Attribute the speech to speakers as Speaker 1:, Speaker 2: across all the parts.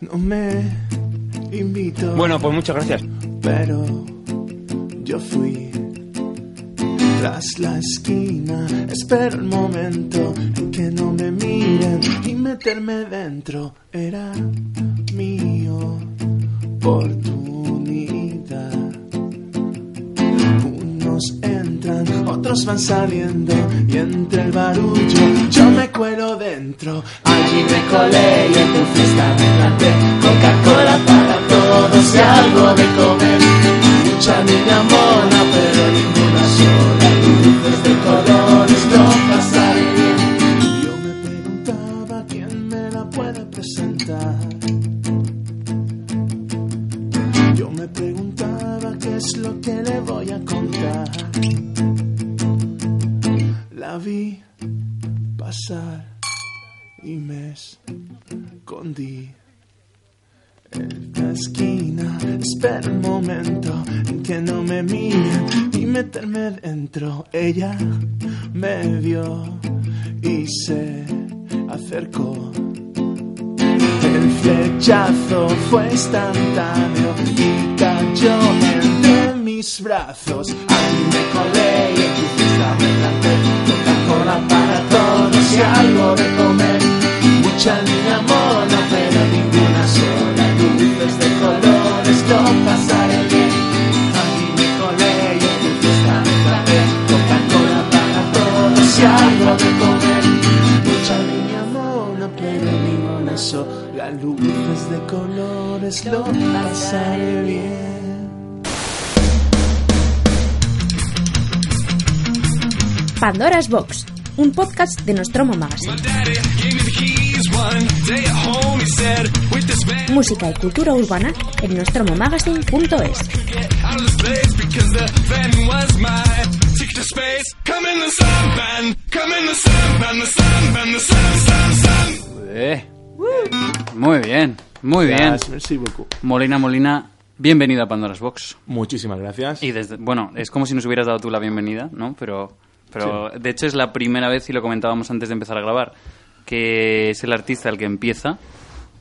Speaker 1: No me invito,
Speaker 2: Bueno, pues muchas gracias.
Speaker 1: pero yo fui tras la esquina. Espero el momento en que no me miren y meterme dentro era mi oportunidad. Unos entran, otros van saliendo y entre el barullo yo me cuelo dentro. Allí me colé y en tu fiesta me planté. Coca-Cola para todos y algo de comer. Mucha niña mona, pero ninguna sola. Y luces de colores no pasaré bien. Yo me preguntaba quién me la puede presentar. Yo me preguntaba qué es lo que le voy a contar. La vi pasar y me escondí. En la esquina, espera el momento en que no me miren y meterme dentro. Ella me vio y se acercó. El flechazo fue instantáneo y cayó entre mis brazos. Allí me colé y en tu fiesta me planté. Coca-Cola para todos y algo de comer. Mucha niña mona, pero ninguna sola. Luces de colores, no pasaré bien. Allí me colé y en tu fiesta me planté. Coca-Cola para todos y algo de comer. Mucha niña mona, pero ninguna sola. Luces de colores, lo pasaré bien.
Speaker 3: Pandora's Box, un podcast de Nostromo Magazine. Música y cultura urbana en nostromomagazine.es.
Speaker 2: Eh. Muy bien, muy bien.
Speaker 1: Gracias, merci beaucoup.
Speaker 2: Molina, Molina, bienvenido a Pandora's Box.
Speaker 4: Muchísimas gracias.
Speaker 2: Y desde, bueno, es como si nos hubieras dado tú la bienvenida, ¿no? Pero, pero de hecho es la primera vez, y lo comentábamos antes de empezar a grabar, que es el artista el que empieza.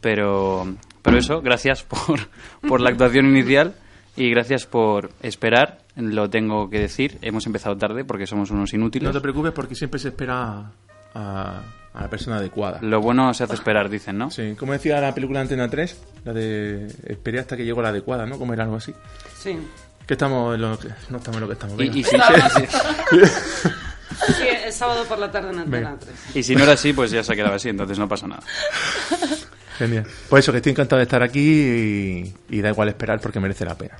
Speaker 2: Pero, pero eso, gracias por, por la actuación inicial y gracias por esperar. Lo tengo que decir, hemos empezado tarde porque somos unos inútiles.
Speaker 4: No te preocupes porque siempre se espera a, a la persona adecuada.
Speaker 2: Lo bueno se hace esperar, dicen, ¿no?
Speaker 4: Sí, como decía la película Antena 3, la de esperé hasta que llegó la adecuada, ¿no? Como era algo así.
Speaker 2: Sí.
Speaker 4: Que estamos en lo que no estamos en lo que estamos. venga.
Speaker 2: Y, y si,
Speaker 5: Sí, el sábado por la tarde en Antena
Speaker 4: Venga.
Speaker 5: 3.
Speaker 2: y si no era así, pues ya se ha quedado así, entonces no pasa nada.
Speaker 4: Genial. Por pues eso que estoy encantado de estar aquí y, y da igual esperar porque merece la pena.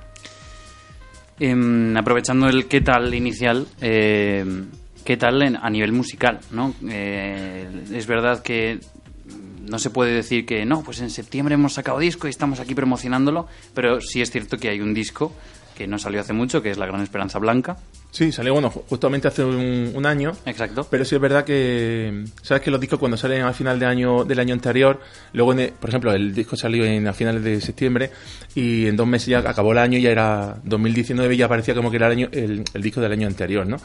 Speaker 2: Em, aprovechando el qué tal inicial, eh, qué tal en- a nivel musical, ¿no? Eh, es verdad que no se puede decir que no, pues en septiembre hemos sacado disco y estamos aquí promocionándolo, pero sí es cierto que hay un disco que no salió hace mucho, que es La Gran Esperanza Blanca.
Speaker 4: Sí, salió bueno ju- justamente hace un, un año.
Speaker 2: Exacto.
Speaker 4: Pero sí es verdad que sabes que los discos cuando salen al final de año del año anterior, luego en el- por ejemplo el disco salió en a finales de septiembre y en dos meses ya acabó el año y ya era 2019 y ya parecía como que era el, año, el, el disco del año anterior, ¿no?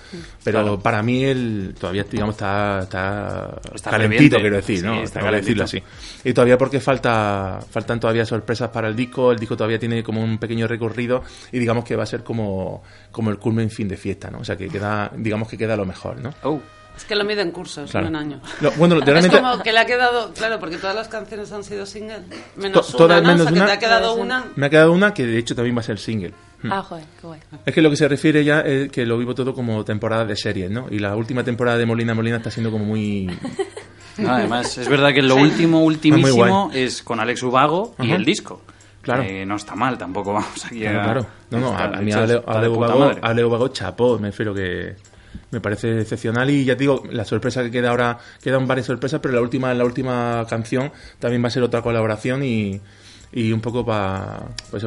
Speaker 4: Pero para mí el todavía digamos está está,
Speaker 2: Está
Speaker 4: calentito
Speaker 2: ferviente.
Speaker 4: quiero decir, ¿no?
Speaker 2: Sí, está
Speaker 4: Tengo que decirlo así.
Speaker 2: calentito.
Speaker 4: Y todavía porque falta faltan todavía sorpresas para el disco, el disco todavía tiene como un pequeño recorrido y digamos que va a ser como como el culmen fin de fiesta, ¿no? O sea que queda digamos que queda lo mejor, ¿no?
Speaker 2: Oh,
Speaker 5: Es que lo miden cursos,
Speaker 4: Claro.
Speaker 5: no en año.
Speaker 4: No, bueno, realmente-
Speaker 5: Es como que le ha quedado, claro, porque todas las canciones han sido single. Menos
Speaker 4: To- todas
Speaker 5: una, ¿no?
Speaker 4: menos
Speaker 5: o sea,
Speaker 4: una.
Speaker 5: que te ha quedado una.
Speaker 4: Me ha quedado una que de hecho también va a ser single. Hmm.
Speaker 6: Ah, joder, qué guay.
Speaker 4: Es que lo que se refiere ya es que lo vivo todo como temporada de series, ¿no? Y la última temporada de Molina Molina está siendo como muy...
Speaker 2: no, además, es verdad que lo último,
Speaker 4: Muy
Speaker 2: ultimísimo
Speaker 4: guay.
Speaker 2: es con Alex Ubago y
Speaker 4: Ajá.
Speaker 2: el disco.
Speaker 4: Claro.
Speaker 2: Eh, no está mal, tampoco vamos aquí
Speaker 4: Claro,
Speaker 2: a...
Speaker 4: claro. No, no, a,
Speaker 2: Está-
Speaker 4: a
Speaker 2: de
Speaker 4: mí
Speaker 2: hecho,
Speaker 4: a Leo,
Speaker 2: está
Speaker 4: a
Speaker 2: de
Speaker 4: Leo
Speaker 2: puta
Speaker 4: Vago,
Speaker 2: madre.
Speaker 4: a Leo Vago, chapó, me refiero que me parece excepcional y ya te digo, la sorpresa que queda ahora, quedan varias sorpresas, pero la última, la última canción también va a ser otra colaboración y, y un poco para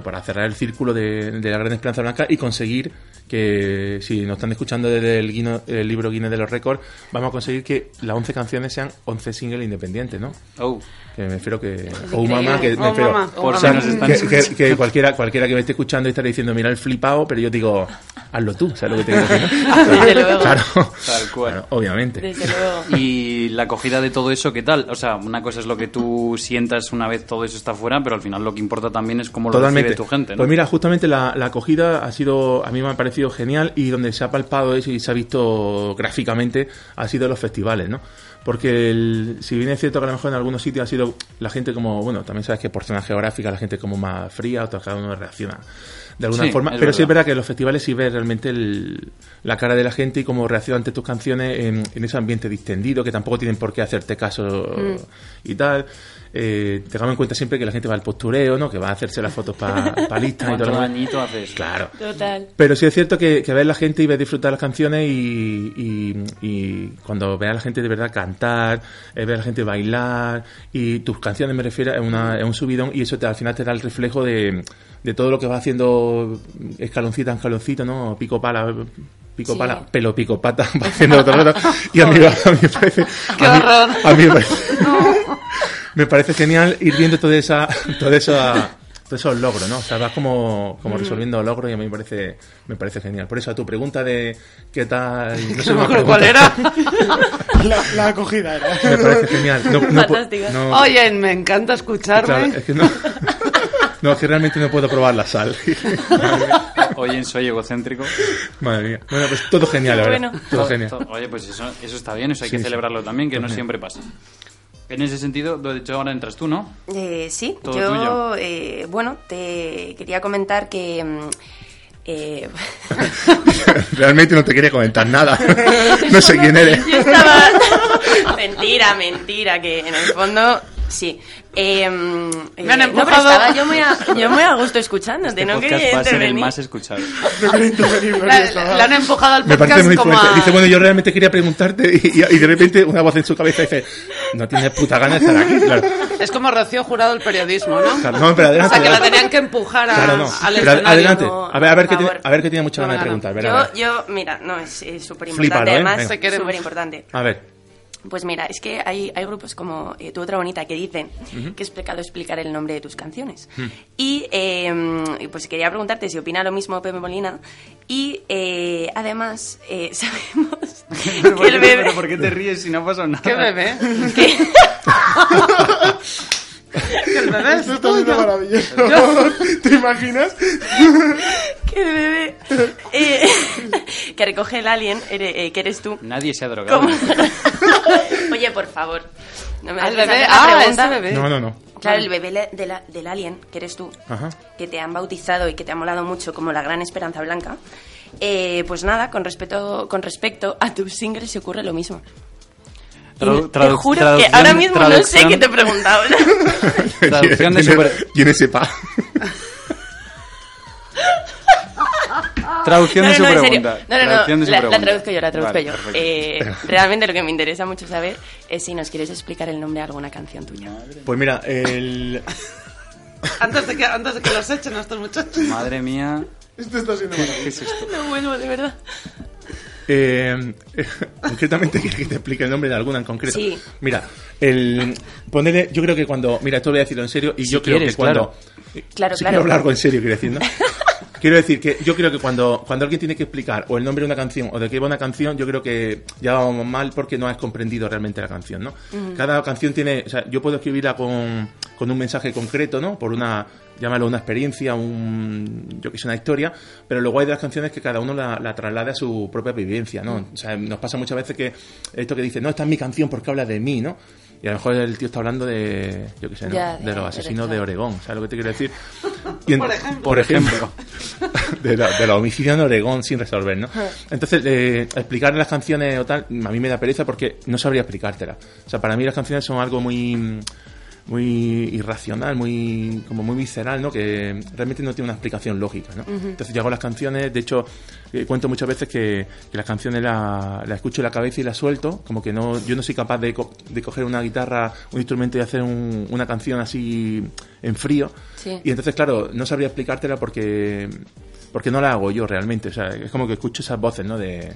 Speaker 4: para cerrar el círculo de, de la Gran Esperanza Blanca y conseguir que, si nos están escuchando desde el, Guino- el libro Guinness de los Récords, vamos a conseguir que las 11 canciones sean 11 singles independientes, ¿no?
Speaker 2: Oh.
Speaker 4: Que me refiero que.
Speaker 5: increíble.
Speaker 4: O un mamá, que me
Speaker 5: Oh,
Speaker 4: refiero.
Speaker 5: mamá, oh,
Speaker 2: Por
Speaker 4: o
Speaker 2: si
Speaker 4: sea,
Speaker 2: nos están
Speaker 4: que, que- que cualquiera, cualquiera que me esté escuchando estará diciendo, mira el flipado, pero yo digo, hazlo tú, ¿sabes lo que te digo?
Speaker 6: Desde luego.
Speaker 4: Claro.
Speaker 2: Tal cual.
Speaker 4: Claro, obviamente.
Speaker 6: Desde luego.
Speaker 2: Y la acogida de todo eso, ¿qué tal? O sea, una cosa es lo que tú sientas una vez todo eso está fuera, pero al final lo que importa también es cómo lo
Speaker 4: Totalmente.
Speaker 2: recibe tu gente, ¿no?
Speaker 4: Pues mira, justamente la, la acogida ha sido, a mí me ha parecido genial y donde se ha palpado eso y se ha visto gráficamente ha sido en los festivales, ¿no? Porque el- si bien es cierto que a lo mejor en algunos sitios ha sido la gente como, bueno, también sabes que por zona geográfica la gente como más fría, otra cada uno reacciona de alguna
Speaker 2: Sí,
Speaker 4: forma.
Speaker 2: es
Speaker 4: Pero sí
Speaker 2: verdad.
Speaker 4: es verdad que en los festivales sí ves realmente el- la cara de la gente y cómo reacciona ante tus canciones en, en ese ambiente distendido, que tampoco tienen por qué hacerte caso y tal. Eh, tengamos en cuenta siempre que la gente va al postureo, ¿no? Que va a hacerse las fotos para listas y todo
Speaker 2: ¿Cuánto
Speaker 4: lo demás.
Speaker 2: dañito haces?
Speaker 4: Claro.
Speaker 6: Total.
Speaker 4: Pero sí es cierto que, que ves la gente y ves disfrutar las canciones y, y- y cuando ves a la gente de verdad cantar, eh, ves a la gente bailar y tus canciones me refiero es, una, es un subidón y eso te- al final te da el reflejo de, de todo lo que vas haciendo escaloncita en escaloncito, ¿no? Pico pala, pico
Speaker 6: Sí.
Speaker 4: pala, pelo pico pata, va haciendo otro rato. Y a mí, a mí me parece... a mí-
Speaker 5: horror!
Speaker 4: a mí me parece... Me parece genial ir viendo toda esa, toda esa, todos esos logros, ¿no? O sea, vas como, como resolviendo logros y a mí me parece, me parece genial. Por eso a tu pregunta de qué tal, no sé
Speaker 5: No me
Speaker 4: más
Speaker 5: acuerdo
Speaker 4: pregunta.
Speaker 5: cuál era.
Speaker 1: La, la acogida era.
Speaker 4: Me parece genial. No, no po-
Speaker 6: Fantástico.
Speaker 4: no-
Speaker 5: Oye, me encanta
Speaker 4: claro,
Speaker 5: escucharme.
Speaker 4: es que no, no, es que realmente no puedo probar la sal.
Speaker 2: Oye, soy egocéntrico.
Speaker 4: Madre mía. Bueno, pues todo genial, la verdad.
Speaker 6: Bueno.
Speaker 4: Todo genial.
Speaker 2: Todo- Oye, pues eso, eso está bien, eso hay
Speaker 4: Sí,
Speaker 2: que
Speaker 4: sí.
Speaker 2: celebrarlo también, que no
Speaker 4: Ujú.
Speaker 2: siempre pasa. En ese sentido, de hecho, ahora entras tú, ¿no?
Speaker 6: Eh, sí,
Speaker 2: Todo tuyo.
Speaker 6: yo, eh, bueno, te quería comentar que... mm, eh,
Speaker 4: Realmente no te quería comentar nada. No sé quién eres.
Speaker 6: Yo estaba... mentira, mentira, que en el fondo... Sí. Eh, mm, eh,
Speaker 5: Me han
Speaker 6: no,
Speaker 5: empujado.
Speaker 6: pero estaba yo muy a, yo muy a gusto escuchándote,
Speaker 2: Este
Speaker 6: no
Speaker 2: podcast
Speaker 6: quería
Speaker 2: va a ser el
Speaker 6: intervenir.
Speaker 2: más escuchado.
Speaker 1: No quería intervenir, no
Speaker 5: La,
Speaker 1: quería
Speaker 5: la- la han
Speaker 1: estar.
Speaker 5: empujado al
Speaker 4: Me
Speaker 5: podcast
Speaker 4: parece muy
Speaker 5: como
Speaker 4: fuerte.
Speaker 5: a-
Speaker 4: Dice, bueno, yo realmente quería preguntarte y, y- y de repente una voz en su cabeza dice, no tienes puta gana de estar aquí. Claro,
Speaker 5: Es como Rocío Jurado el periodismo, ¿no?
Speaker 4: Claro, no, pero
Speaker 5: o
Speaker 4: adelante.
Speaker 5: sea, que la
Speaker 4: adelante.
Speaker 5: tenían que empujar a,
Speaker 4: Claro, no.
Speaker 5: al
Speaker 4: Pero ad-
Speaker 5: escenario.
Speaker 4: adelante.
Speaker 6: no,
Speaker 4: a ver, a ver,
Speaker 6: por
Speaker 4: que tiene,
Speaker 6: favor.
Speaker 4: a ver que tiene mucha
Speaker 5: No,
Speaker 4: ganas de
Speaker 5: venga,
Speaker 4: preguntar. verá,
Speaker 6: Yo,
Speaker 4: verá.
Speaker 6: yo, mira, no, es súper
Speaker 4: Flipado,
Speaker 6: importante.
Speaker 4: ¿eh?
Speaker 6: Además,
Speaker 4: Venga.
Speaker 5: Se quiere-
Speaker 6: súper importante.
Speaker 4: A ver,
Speaker 6: Pues mira, es que hay, hay grupos como eh, Tu Otra Bonita que dicen que es pecado explicar el nombre de tus canciones. Y eh, y pues quería preguntarte si opina lo mismo Pepe Molina. Y eh, además, eh, sabemos que el bebé...
Speaker 2: ¿Por qué te ríes si no pasa nada?
Speaker 5: ¿Qué bebé?
Speaker 6: que-
Speaker 5: ¿Qué el bebé?
Speaker 1: Esto está siendo maravilloso. ¿Te imaginas?
Speaker 6: que el bebé eh, que recoge el alien, ere- eh, que eres tú.
Speaker 2: Nadie se ha drogado.
Speaker 6: ¿Cómo? Oye, por favor. No me
Speaker 5: Al
Speaker 6: dejes
Speaker 5: bebé.
Speaker 6: hacer la
Speaker 5: Ah,
Speaker 6: pregunta.
Speaker 5: ese bebé.
Speaker 4: no, Ah. no, no.
Speaker 6: Claro, el bebé le- de la- del alien, que eres tú,
Speaker 4: Ajá.
Speaker 6: que te han bautizado y que te ha molado mucho como la gran esperanza blanca. Eh, pues nada, con respecto, con respecto a tus singles se ocurre lo mismo. Y
Speaker 2: Tradu-
Speaker 6: te
Speaker 2: tradu-
Speaker 6: juro que
Speaker 2: traducción-
Speaker 6: ahora mismo no sé
Speaker 2: traducción-
Speaker 6: qué te he preguntado.
Speaker 2: Traducción de
Speaker 4: Tiene-
Speaker 2: super-
Speaker 4: Tiene sepa.
Speaker 2: Traducción
Speaker 6: No,
Speaker 2: de su
Speaker 6: no, no, en serio.
Speaker 2: pregunta.
Speaker 6: No, no, no,
Speaker 2: Traducción de su
Speaker 6: la, la
Speaker 2: pregunta.
Speaker 6: traduzco yo, la traduzco
Speaker 2: Vale,
Speaker 6: yo.
Speaker 2: perfecto.
Speaker 6: Eh, realmente lo que me interesa mucho saber es si nos quieres explicar el nombre de alguna canción tuya.
Speaker 4: Pues mira, el...
Speaker 5: Antes de que, antes de que los echen a estos muchachos.
Speaker 2: Madre mía,
Speaker 1: Esto está siendo
Speaker 2: ¿qué
Speaker 1: maravilloso.
Speaker 2: es esto?
Speaker 6: No vuelvo, de verdad.
Speaker 4: Eh, concretamente, ¿quieres que te explique el nombre de alguna en concreto?
Speaker 6: Sí.
Speaker 4: Mira, el ponerle, yo creo que cuando, mira, esto voy a decirlo en serio y yo creo
Speaker 2: quieres,
Speaker 4: que cuando,
Speaker 6: Claro,
Speaker 4: Sí,
Speaker 6: claro.
Speaker 4: quiero hablar algo en serio, quiero decir, ¿no? quiero decir que yo creo que cuando, cuando alguien tiene que explicar o el nombre de una canción o de qué va una canción, yo creo que ya vamos mal porque no has comprendido realmente la canción, ¿no? Cada canción tiene, o sea, yo puedo escribirla con, con un mensaje concreto, ¿no? Por una, llámalo una experiencia, un, yo que sé, una historia, pero luego hay de las canciones que cada uno la, la traslada a su propia vivencia, ¿no? O sea, nos pasa muchas veces que esto que dice, no, esta es mi canción porque habla de mí, ¿no? Y a lo mejor el tío está hablando de, yo qué sé, ¿no?
Speaker 6: Ya,
Speaker 4: de,
Speaker 6: de-
Speaker 4: los asesinos
Speaker 6: de-
Speaker 4: de Oregón, ¿sabes lo que te quiero decir? Y en-
Speaker 5: Por ejemplo.
Speaker 4: por ejemplo. de, la, de la homicidio en Oregón sin resolver, ¿no? Entonces, eh, explicar las canciones o tal, a mí me da pereza porque no sabría explicártela. O sea, para mí las canciones son algo muy mm, muy irracional, muy como muy visceral, ¿no? Que realmente no tiene una explicación lógica, ¿no? Entonces yo hago las canciones, de hecho eh, cuento muchas veces que, que las canciones las la escucho en la cabeza y las suelto, como que no yo no soy capaz de, co- de coger una guitarra, un instrumento y hacer un- una canción así en frío.
Speaker 6: Sí.
Speaker 4: Y entonces, claro, no sabría explicártela porque porque no la hago yo realmente, o sea, es como que escucho esas voces, ¿no? De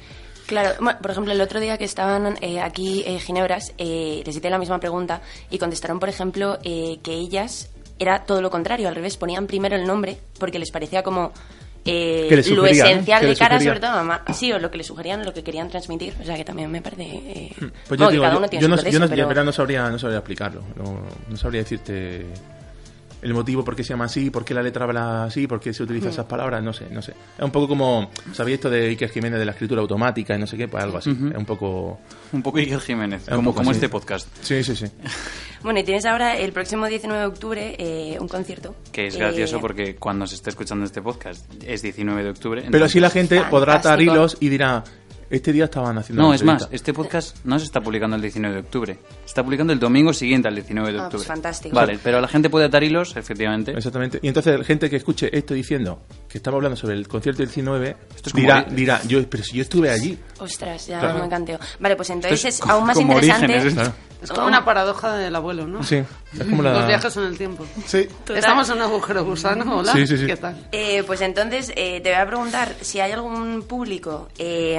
Speaker 6: Claro, bueno, por ejemplo, el otro día que estaban eh, aquí eh, Ginebras, eh, les hice la misma pregunta y contestaron, por ejemplo, eh, que ellas era todo lo contrario, al revés, ponían primero el nombre porque les parecía como eh,
Speaker 4: Que les
Speaker 6: lo
Speaker 4: sugería, ¿no?
Speaker 6: esencial
Speaker 4: Que
Speaker 6: de
Speaker 4: les
Speaker 6: cara,
Speaker 4: sugería.
Speaker 6: sobre todo a ma- sí, o lo que les sugerían, lo que querían transmitir. O sea, que también me parece. eh,
Speaker 4: Pues
Speaker 6: bueno,
Speaker 4: yo
Speaker 6: que
Speaker 4: digo,
Speaker 6: cada
Speaker 4: yo,
Speaker 6: uno tiene
Speaker 4: yo
Speaker 6: su
Speaker 4: no,
Speaker 6: proceso,
Speaker 4: yo no-
Speaker 6: pero-
Speaker 4: en verdad no sabría, no sabría explicarlo. No, no sabría decirte el motivo por qué se llama así, por qué la letra habla así, por qué se utilizan esas palabras, no sé, no sé. Es un poco como, ¿sabéis esto de Iker Jiménez de la escritura automática y no sé qué? Pues algo así. Es un poco...
Speaker 2: Un poco Iker Jiménez,
Speaker 4: es un
Speaker 2: como,
Speaker 4: poco
Speaker 2: como
Speaker 4: así.
Speaker 2: este podcast.
Speaker 4: Sí, sí, sí.
Speaker 6: Bueno, y tienes ahora el próximo 19 de octubre eh, un concierto.
Speaker 2: Que es
Speaker 6: Eh,
Speaker 2: gracioso porque cuando se está escuchando este podcast es 19 de octubre.
Speaker 4: Pero
Speaker 2: entonces-
Speaker 4: así la gente podrá atar
Speaker 6: fantástico.
Speaker 4: hilos y dirá, este día estaban haciendo...
Speaker 2: No,
Speaker 4: una
Speaker 2: es más,
Speaker 4: entrevista".
Speaker 2: este podcast no se está publicando el 19 de octubre. Se está publicando el domingo siguiente al 19 de
Speaker 6: Ah,
Speaker 2: octubre.
Speaker 6: pues fantástico.
Speaker 2: Vale, pero la gente puede atar hilos, efectivamente.
Speaker 4: Exactamente. Y entonces, gente que escuche esto diciendo que estamos hablando sobre el concierto del 19,
Speaker 2: Esto es como
Speaker 4: dirá,
Speaker 2: ir-
Speaker 4: dirá, yo, pero si yo estuve allí.
Speaker 6: Ostras, ya
Speaker 4: Claro.
Speaker 6: me encanteo. Vale, pues entonces
Speaker 2: Esto es
Speaker 6: es,
Speaker 2: co-
Speaker 6: aún más
Speaker 2: como
Speaker 6: interesante.
Speaker 2: Orígenes, esto.
Speaker 4: Claro.
Speaker 5: Es como una paradoja del abuelo, ¿no?
Speaker 4: Sí, es como la...
Speaker 5: Los viajes en el tiempo.
Speaker 4: Sí.
Speaker 5: Estamos en un agujero gusano, hola.
Speaker 4: Sí, sí, sí.
Speaker 5: ¿Qué tal?
Speaker 6: Eh, pues entonces eh, te voy a preguntar si hay algún público eh,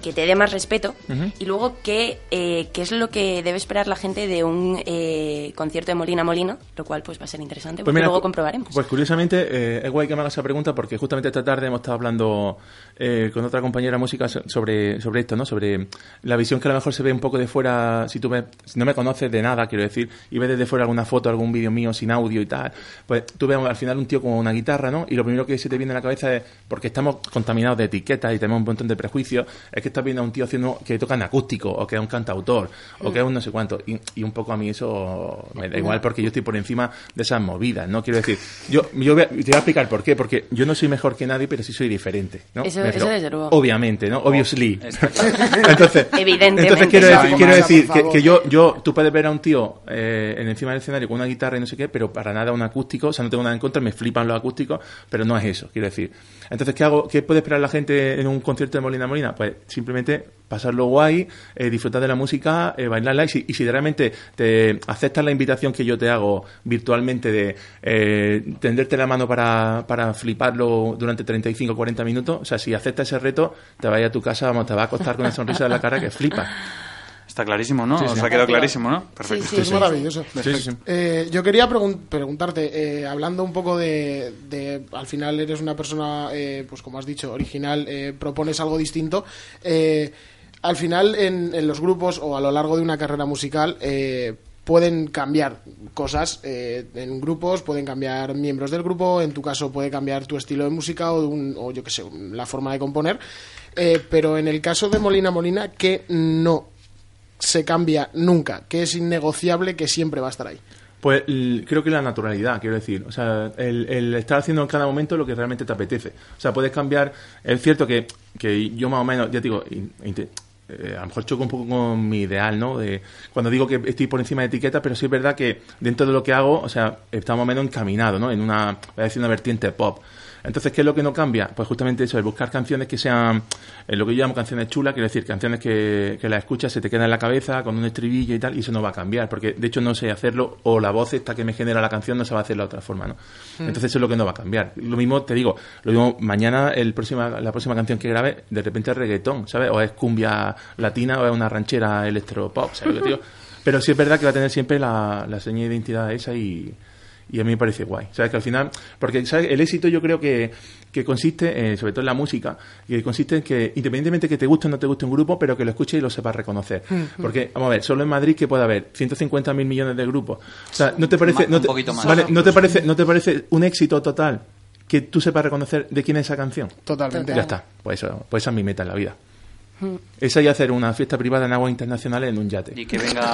Speaker 6: que te dé más respeto
Speaker 4: Ujú.
Speaker 6: y luego qué, eh, qué es lo que debe esperar la gente de un eh, concierto de Molina a Molina, lo cual pues va a ser interesante porque
Speaker 4: mira,
Speaker 6: luego
Speaker 4: cu-
Speaker 6: comprobaremos.
Speaker 4: Pues curiosamente, eh, es guay que me hagas esa pregunta porque justamente esta tarde hemos estado hablando eh, con otra compañera música so- sobre, sobre esto, ¿no? Sobre la visión que a lo mejor se ve un poco de fuera, si tú me- si no me conoces de nada, quiero decir, y ves desde fuera alguna foto, algún vídeo mío sin audio y tal, pues tú ves al final un tío con una guitarra, ¿no? Y lo primero que se te viene a la cabeza es, porque estamos contaminados de etiquetas y tenemos un montón de prejuicios, es que estás viendo a un tío haciendo que toca en acústico, o que es un cantautor, o que es un no sé cuánto. Y, y un poco a mí eso me da igual porque yo estoy por encima de esas movidas, ¿no? Quiero decir, yo, yo voy a- te voy a explicar por qué, porque yo no soy mejor que nadie, pero sí soy diferente, ¿no?
Speaker 6: Eso-
Speaker 4: Me
Speaker 6: eso
Speaker 4: refiero-
Speaker 6: desde luego.
Speaker 4: Obviamente, ¿no? Obviously.
Speaker 2: Oh, Está claro.
Speaker 4: entonces,
Speaker 6: Evidentemente,
Speaker 4: entonces quiero
Speaker 6: no.
Speaker 4: decir,
Speaker 6: Ay,
Speaker 4: quiero
Speaker 7: Marta,
Speaker 4: decir
Speaker 7: por
Speaker 4: que,
Speaker 7: favor.
Speaker 4: que yo, yo, tú puedes ver a un tío eh, en encima del escenario con una guitarra y no sé qué, pero para nada un acústico, o sea, no tengo nada en contra, me flipan los acústicos, pero no es eso, quiero decir. Entonces, ¿qué hago? ¿Qué puede esperar la gente en un concierto de Molina Molina? Pues simplemente pasarlo guay, eh, disfrutar de la música, eh, bailarla y si, y si realmente te aceptas la invitación que yo te hago virtualmente de eh, tenderte la mano para, para fliparlo durante 35 o 40 minutos, o sea, si aceptas ese reto, te vas a ir a tu casa, vamos, te vas a acostar con una sonrisa en la cara que flipas.
Speaker 2: Está clarísimo, ¿no?
Speaker 4: Sí, sí.
Speaker 2: Os ha quedado clarísimo, ¿no?
Speaker 6: Sí,
Speaker 2: Perfecto.
Speaker 6: sí,
Speaker 7: Esto es
Speaker 6: sí.
Speaker 7: maravilloso.
Speaker 4: Sí, sí, sí.
Speaker 7: Eh, yo quería pregun- preguntarte, eh, hablando un poco de, de- al final eres una persona, eh, pues como has dicho, original, eh, propones algo distinto. eh, al final, en, en los grupos o a lo largo de una carrera musical, eh, pueden cambiar cosas eh, en grupos, pueden cambiar miembros del grupo, en tu caso puede cambiar tu estilo de música o, un- o yo qué sé, un- la forma de componer. Eh, pero en el caso de Molina Molina, que no se cambia nunca, que es innegociable, que siempre va a estar ahí.
Speaker 4: Pues l- creo que la naturalidad, quiero decir. O sea, el, el estar haciendo en cada momento lo que realmente te apetece. O sea, puedes cambiar. Es cierto que, que yo más o menos, ya te digo, in- inte- eh, a lo mejor choco un poco con mi ideal, ¿no? De, cuando digo que estoy por encima de etiqueta, pero sí es verdad que dentro de lo que hago, o sea, está más o menos encaminado, ¿no? En una, voy a decir, una vertiente pop. Entonces, ¿qué es lo que no cambia? Pues justamente eso, el buscar canciones que sean eh, lo que yo llamo canciones chulas, quiero decir, canciones que, que las escuchas, se te quedan en la cabeza con un estribillo y tal, y eso no va a cambiar, porque de hecho no sé hacerlo, o la voz esta que me genera la canción no se va a hacer de otra forma, ¿no? Entonces eso es lo que no va a cambiar. Lo mismo te digo, lo mismo mañana el próxima, la próxima canción que grabe, de repente es reggaetón, ¿sabes? O es cumbia latina, o es una ranchera electropop, ¿sabes lo que te digo? Pero sí es verdad que va a tener siempre la, la seña de identidad esa y, y a mí me parece guay. ¿Sabes? Que al final, porque ¿sabes? el éxito yo creo que, que consiste, eh, sobre todo en la música, que consiste en que independientemente que te guste o no te guste un grupo, pero que lo escuches y lo sepas reconocer. Porque, vamos a ver, solo en Madrid que puede haber 150.000 millones de grupos. O sea, ¿no te parece,
Speaker 2: Ma-
Speaker 4: no
Speaker 2: un
Speaker 4: te-
Speaker 2: poquito más.
Speaker 4: vale, ¿no te parece, no te parece un éxito total que tú sepas reconocer de quién es esa canción?
Speaker 7: Totalmente.
Speaker 4: Ya está. Pues, eso, pues esa es mi meta en la vida. Esa y hacer una fiesta privada en aguas internacionales en un yate.
Speaker 2: Y que venga...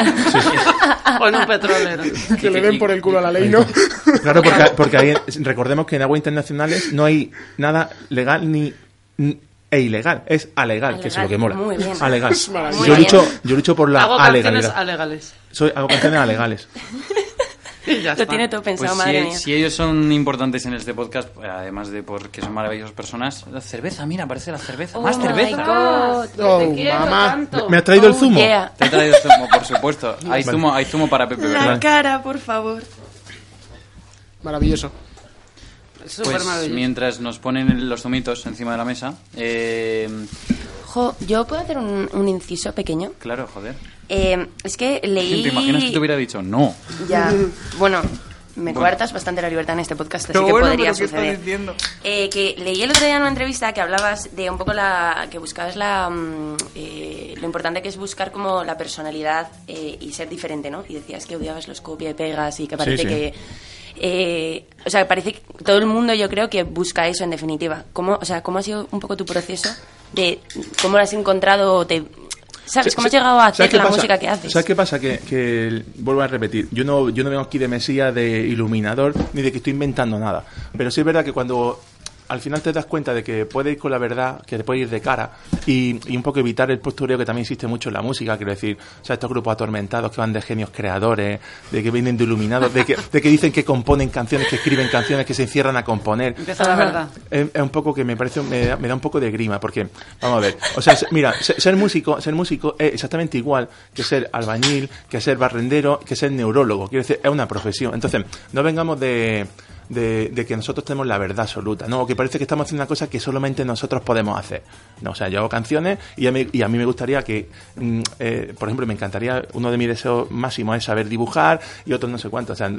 Speaker 5: O en un petrolero.
Speaker 7: Que le den por el culo a la ley, ¿no?
Speaker 4: Claro, porque, porque ahí- recordemos que en aguas internacionales no hay nada legal ni ni- e ilegal, es alegal, que es lo que mola.
Speaker 6: Muy bien.
Speaker 4: Alegal.
Speaker 6: maravilloso.
Speaker 4: Yo
Speaker 6: Muy
Speaker 4: lucho,
Speaker 6: bien.
Speaker 4: yo lucho por la
Speaker 5: Hago canciones
Speaker 4: alegalidad.
Speaker 5: alegales.
Speaker 4: Soy, hago canciones alegales.
Speaker 5: Y ya
Speaker 6: Lo
Speaker 5: está.
Speaker 6: tiene todo pensado,
Speaker 2: Pues
Speaker 6: madre
Speaker 2: si,
Speaker 6: mía.
Speaker 2: si ellos son importantes en este podcast, además de porque son maravillosas personas, la cerveza, mira, aparece la cerveza. ¡Más cerveza!
Speaker 7: Oh,
Speaker 5: te quiero
Speaker 7: mamá.
Speaker 5: tanto.
Speaker 4: ¿Me ha traído el
Speaker 6: Oh,
Speaker 4: zumo?
Speaker 6: yeah.
Speaker 2: Te he traído zumo, por supuesto. Hay zumo, hay zumo para Pepe,
Speaker 6: La
Speaker 2: ¿verdad?
Speaker 6: cara, por favor.
Speaker 7: Maravilloso.
Speaker 5: Súper
Speaker 2: Pues
Speaker 5: maravilloso.
Speaker 2: mientras nos ponen los zumitos encima de la mesa, eh,
Speaker 6: Jo, yo puedo hacer un, un inciso pequeño.
Speaker 2: claro, joder.
Speaker 6: Eh, es que leí.
Speaker 2: ¿Te imaginas que te hubiera dicho no?
Speaker 6: Ya. Bueno, me coartas bastante la libertad en este podcast, así
Speaker 2: Pero
Speaker 6: que
Speaker 2: bueno,
Speaker 6: podría
Speaker 2: pero ¿qué estás
Speaker 6: suceder.
Speaker 2: diciendo?
Speaker 6: Eh, que leí el otro día en una entrevista que hablabas de un poco la. que buscabas la. mm, eh, lo importante que es buscar como la personalidad eh, y ser diferente, ¿no? Y decías que odiabas los copia y pegas y que parece
Speaker 4: sí.
Speaker 6: que. eh, o sea, parece que todo el mundo yo creo que busca eso en definitiva. ¿Cómo, o sea, ¿cómo ha sido un poco tu proceso de cómo lo has encontrado? o Te, ¿Sabes? ¿Cómo has llegado a hacer
Speaker 4: ¿Sabes qué
Speaker 6: la
Speaker 4: pasa?
Speaker 6: música que haces?
Speaker 4: ¿Sabes qué pasa? Que, que el- vuelvo a repetir, yo no, yo no vengo aquí de Mesías, de iluminador, ni de que estoy inventando nada. Pero sí es verdad que cuando al final te das cuenta de que puedes ir con la verdad, que te puedes ir de cara y, y un poco evitar el postureo que también existe mucho en la música, quiero decir, o sea, estos grupos atormentados que van de genios creadores, de que vienen de iluminados, de que, de que dicen que componen canciones, que escriben canciones, que se encierran a componer.
Speaker 5: Empieza la verdad.
Speaker 4: Es, es un poco que me parece, me da, me da un poco de grima, porque, vamos a ver, o sea, se- mira, se- ser músico, ser músico es exactamente igual que ser albañil, que ser barrendero, que ser neurólogo, quiero decir, es una profesión. Entonces, no vengamos de, de, de que nosotros tenemos la verdad absoluta, ¿no? O que parece que estamos haciendo una cosa que solamente nosotros podemos hacer. No, o sea, yo hago canciones y a mí, y a mí me gustaría que, mm, eh, por ejemplo, me encantaría, uno de mis deseos máximos es saber dibujar y otro no sé cuánto, o sea,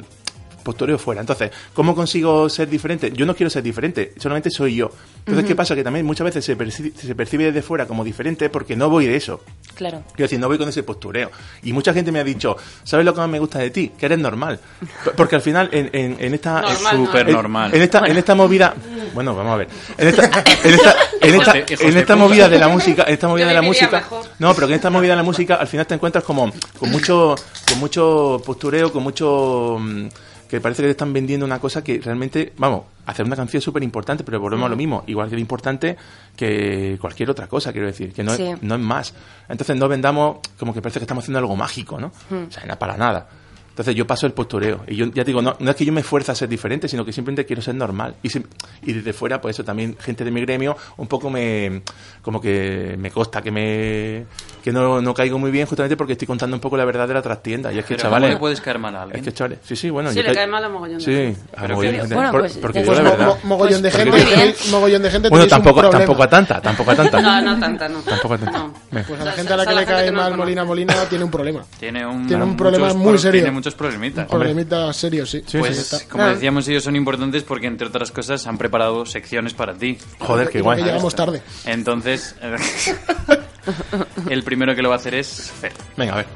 Speaker 4: postureo fuera. Entonces, ¿cómo consigo ser diferente? Yo no quiero ser diferente, solamente soy yo. Entonces, ¿qué pasa? Que también muchas veces se, perci- se percibe desde fuera como diferente porque no voy de eso.
Speaker 6: Claro.
Speaker 4: Quiero decir, no voy con ese postureo. Y mucha gente me ha dicho, ¿sabes lo que más me gusta de ti? Que eres normal. P- Porque al final, en, en- en esta...
Speaker 5: Normal,
Speaker 4: en-
Speaker 2: Súper normal.
Speaker 4: En esta, en esta movida... Bueno, vamos a ver. En esta, en esta, en esta,
Speaker 2: Hijos de- hijos
Speaker 4: en
Speaker 2: de
Speaker 4: esta
Speaker 2: puta.
Speaker 4: movida de la música... En esta movida
Speaker 5: Yo
Speaker 4: de la
Speaker 5: viviría
Speaker 4: música...
Speaker 5: mejor.
Speaker 4: No, pero que en esta movida de la música al final te encuentras como con mucho, con mucho postureo, con mucho mm, que parece que te están vendiendo una cosa que realmente, vamos, hacer una canción es súper importante, pero volvemos a lo mismo, igual que es importante que cualquier otra cosa, quiero decir, que no,
Speaker 6: Sí.
Speaker 4: es, no es más. Entonces no vendamos como que parece que estamos haciendo algo mágico, ¿no?
Speaker 5: Hmm.
Speaker 4: O sea, na- para nada. Entonces yo paso el postureo y yo ya te digo, no, no es que yo me esfuerce a ser diferente, sino que simplemente quiero ser normal. Y, sim- y desde fuera, pues eso también, gente de mi gremio, un poco me, como que me costa, que me, que no, no caigo muy bien justamente porque estoy contando un poco la verdad de la trastienda. Y es que,
Speaker 2: Pero
Speaker 4: chavales,
Speaker 2: ¿cómo le puedes caer mal a alguien?
Speaker 4: eh, es que chavales, sí, sí, bueno.
Speaker 5: Sí,
Speaker 4: yo
Speaker 5: le
Speaker 4: ca-
Speaker 5: cae mal a mogollón de
Speaker 4: Sí,
Speaker 5: gente.
Speaker 4: a mogollón de gente.
Speaker 6: Bueno,
Speaker 4: Por-
Speaker 6: pues,
Speaker 4: porque
Speaker 6: ya
Speaker 4: yo la
Speaker 7: Pues
Speaker 6: está.
Speaker 7: mo-
Speaker 4: verdad.
Speaker 7: mo- mogollón de
Speaker 6: Pues
Speaker 7: gente,
Speaker 6: muy bien.
Speaker 7: mogollón de gente
Speaker 4: Bueno,
Speaker 7: tenéis un
Speaker 4: tampoco,
Speaker 7: problema.
Speaker 4: tampoco a tanta, tampoco a tanta.
Speaker 5: No, no tanta, no.
Speaker 4: Tampoco a tanta.
Speaker 5: No.
Speaker 4: Venga.
Speaker 7: Pues a
Speaker 5: O
Speaker 7: la
Speaker 5: sea,
Speaker 7: gente a la
Speaker 5: esa
Speaker 7: que
Speaker 5: es
Speaker 7: le
Speaker 5: la gente
Speaker 7: cae
Speaker 5: que no
Speaker 7: mal
Speaker 5: conoce.
Speaker 7: Molina Molina tiene un problema.
Speaker 2: Tiene un,
Speaker 7: Tiene un
Speaker 2: muchos
Speaker 7: problema muy
Speaker 2: pro-
Speaker 7: serio.
Speaker 2: Tiene muchos problemitas.
Speaker 7: Problemita serio, sí.
Speaker 4: Sí,
Speaker 7: Pues
Speaker 4: sí,
Speaker 7: ya
Speaker 2: Pues,
Speaker 7: está.
Speaker 2: como decíamos, ellos son importantes porque, entre otras cosas, han preparado secciones para ti.
Speaker 4: Joder, qué
Speaker 7: Creo
Speaker 4: guay.
Speaker 7: que llegamos tarde.
Speaker 2: Entonces, el primero que lo va a hacer es Fer.
Speaker 4: Venga, a ver.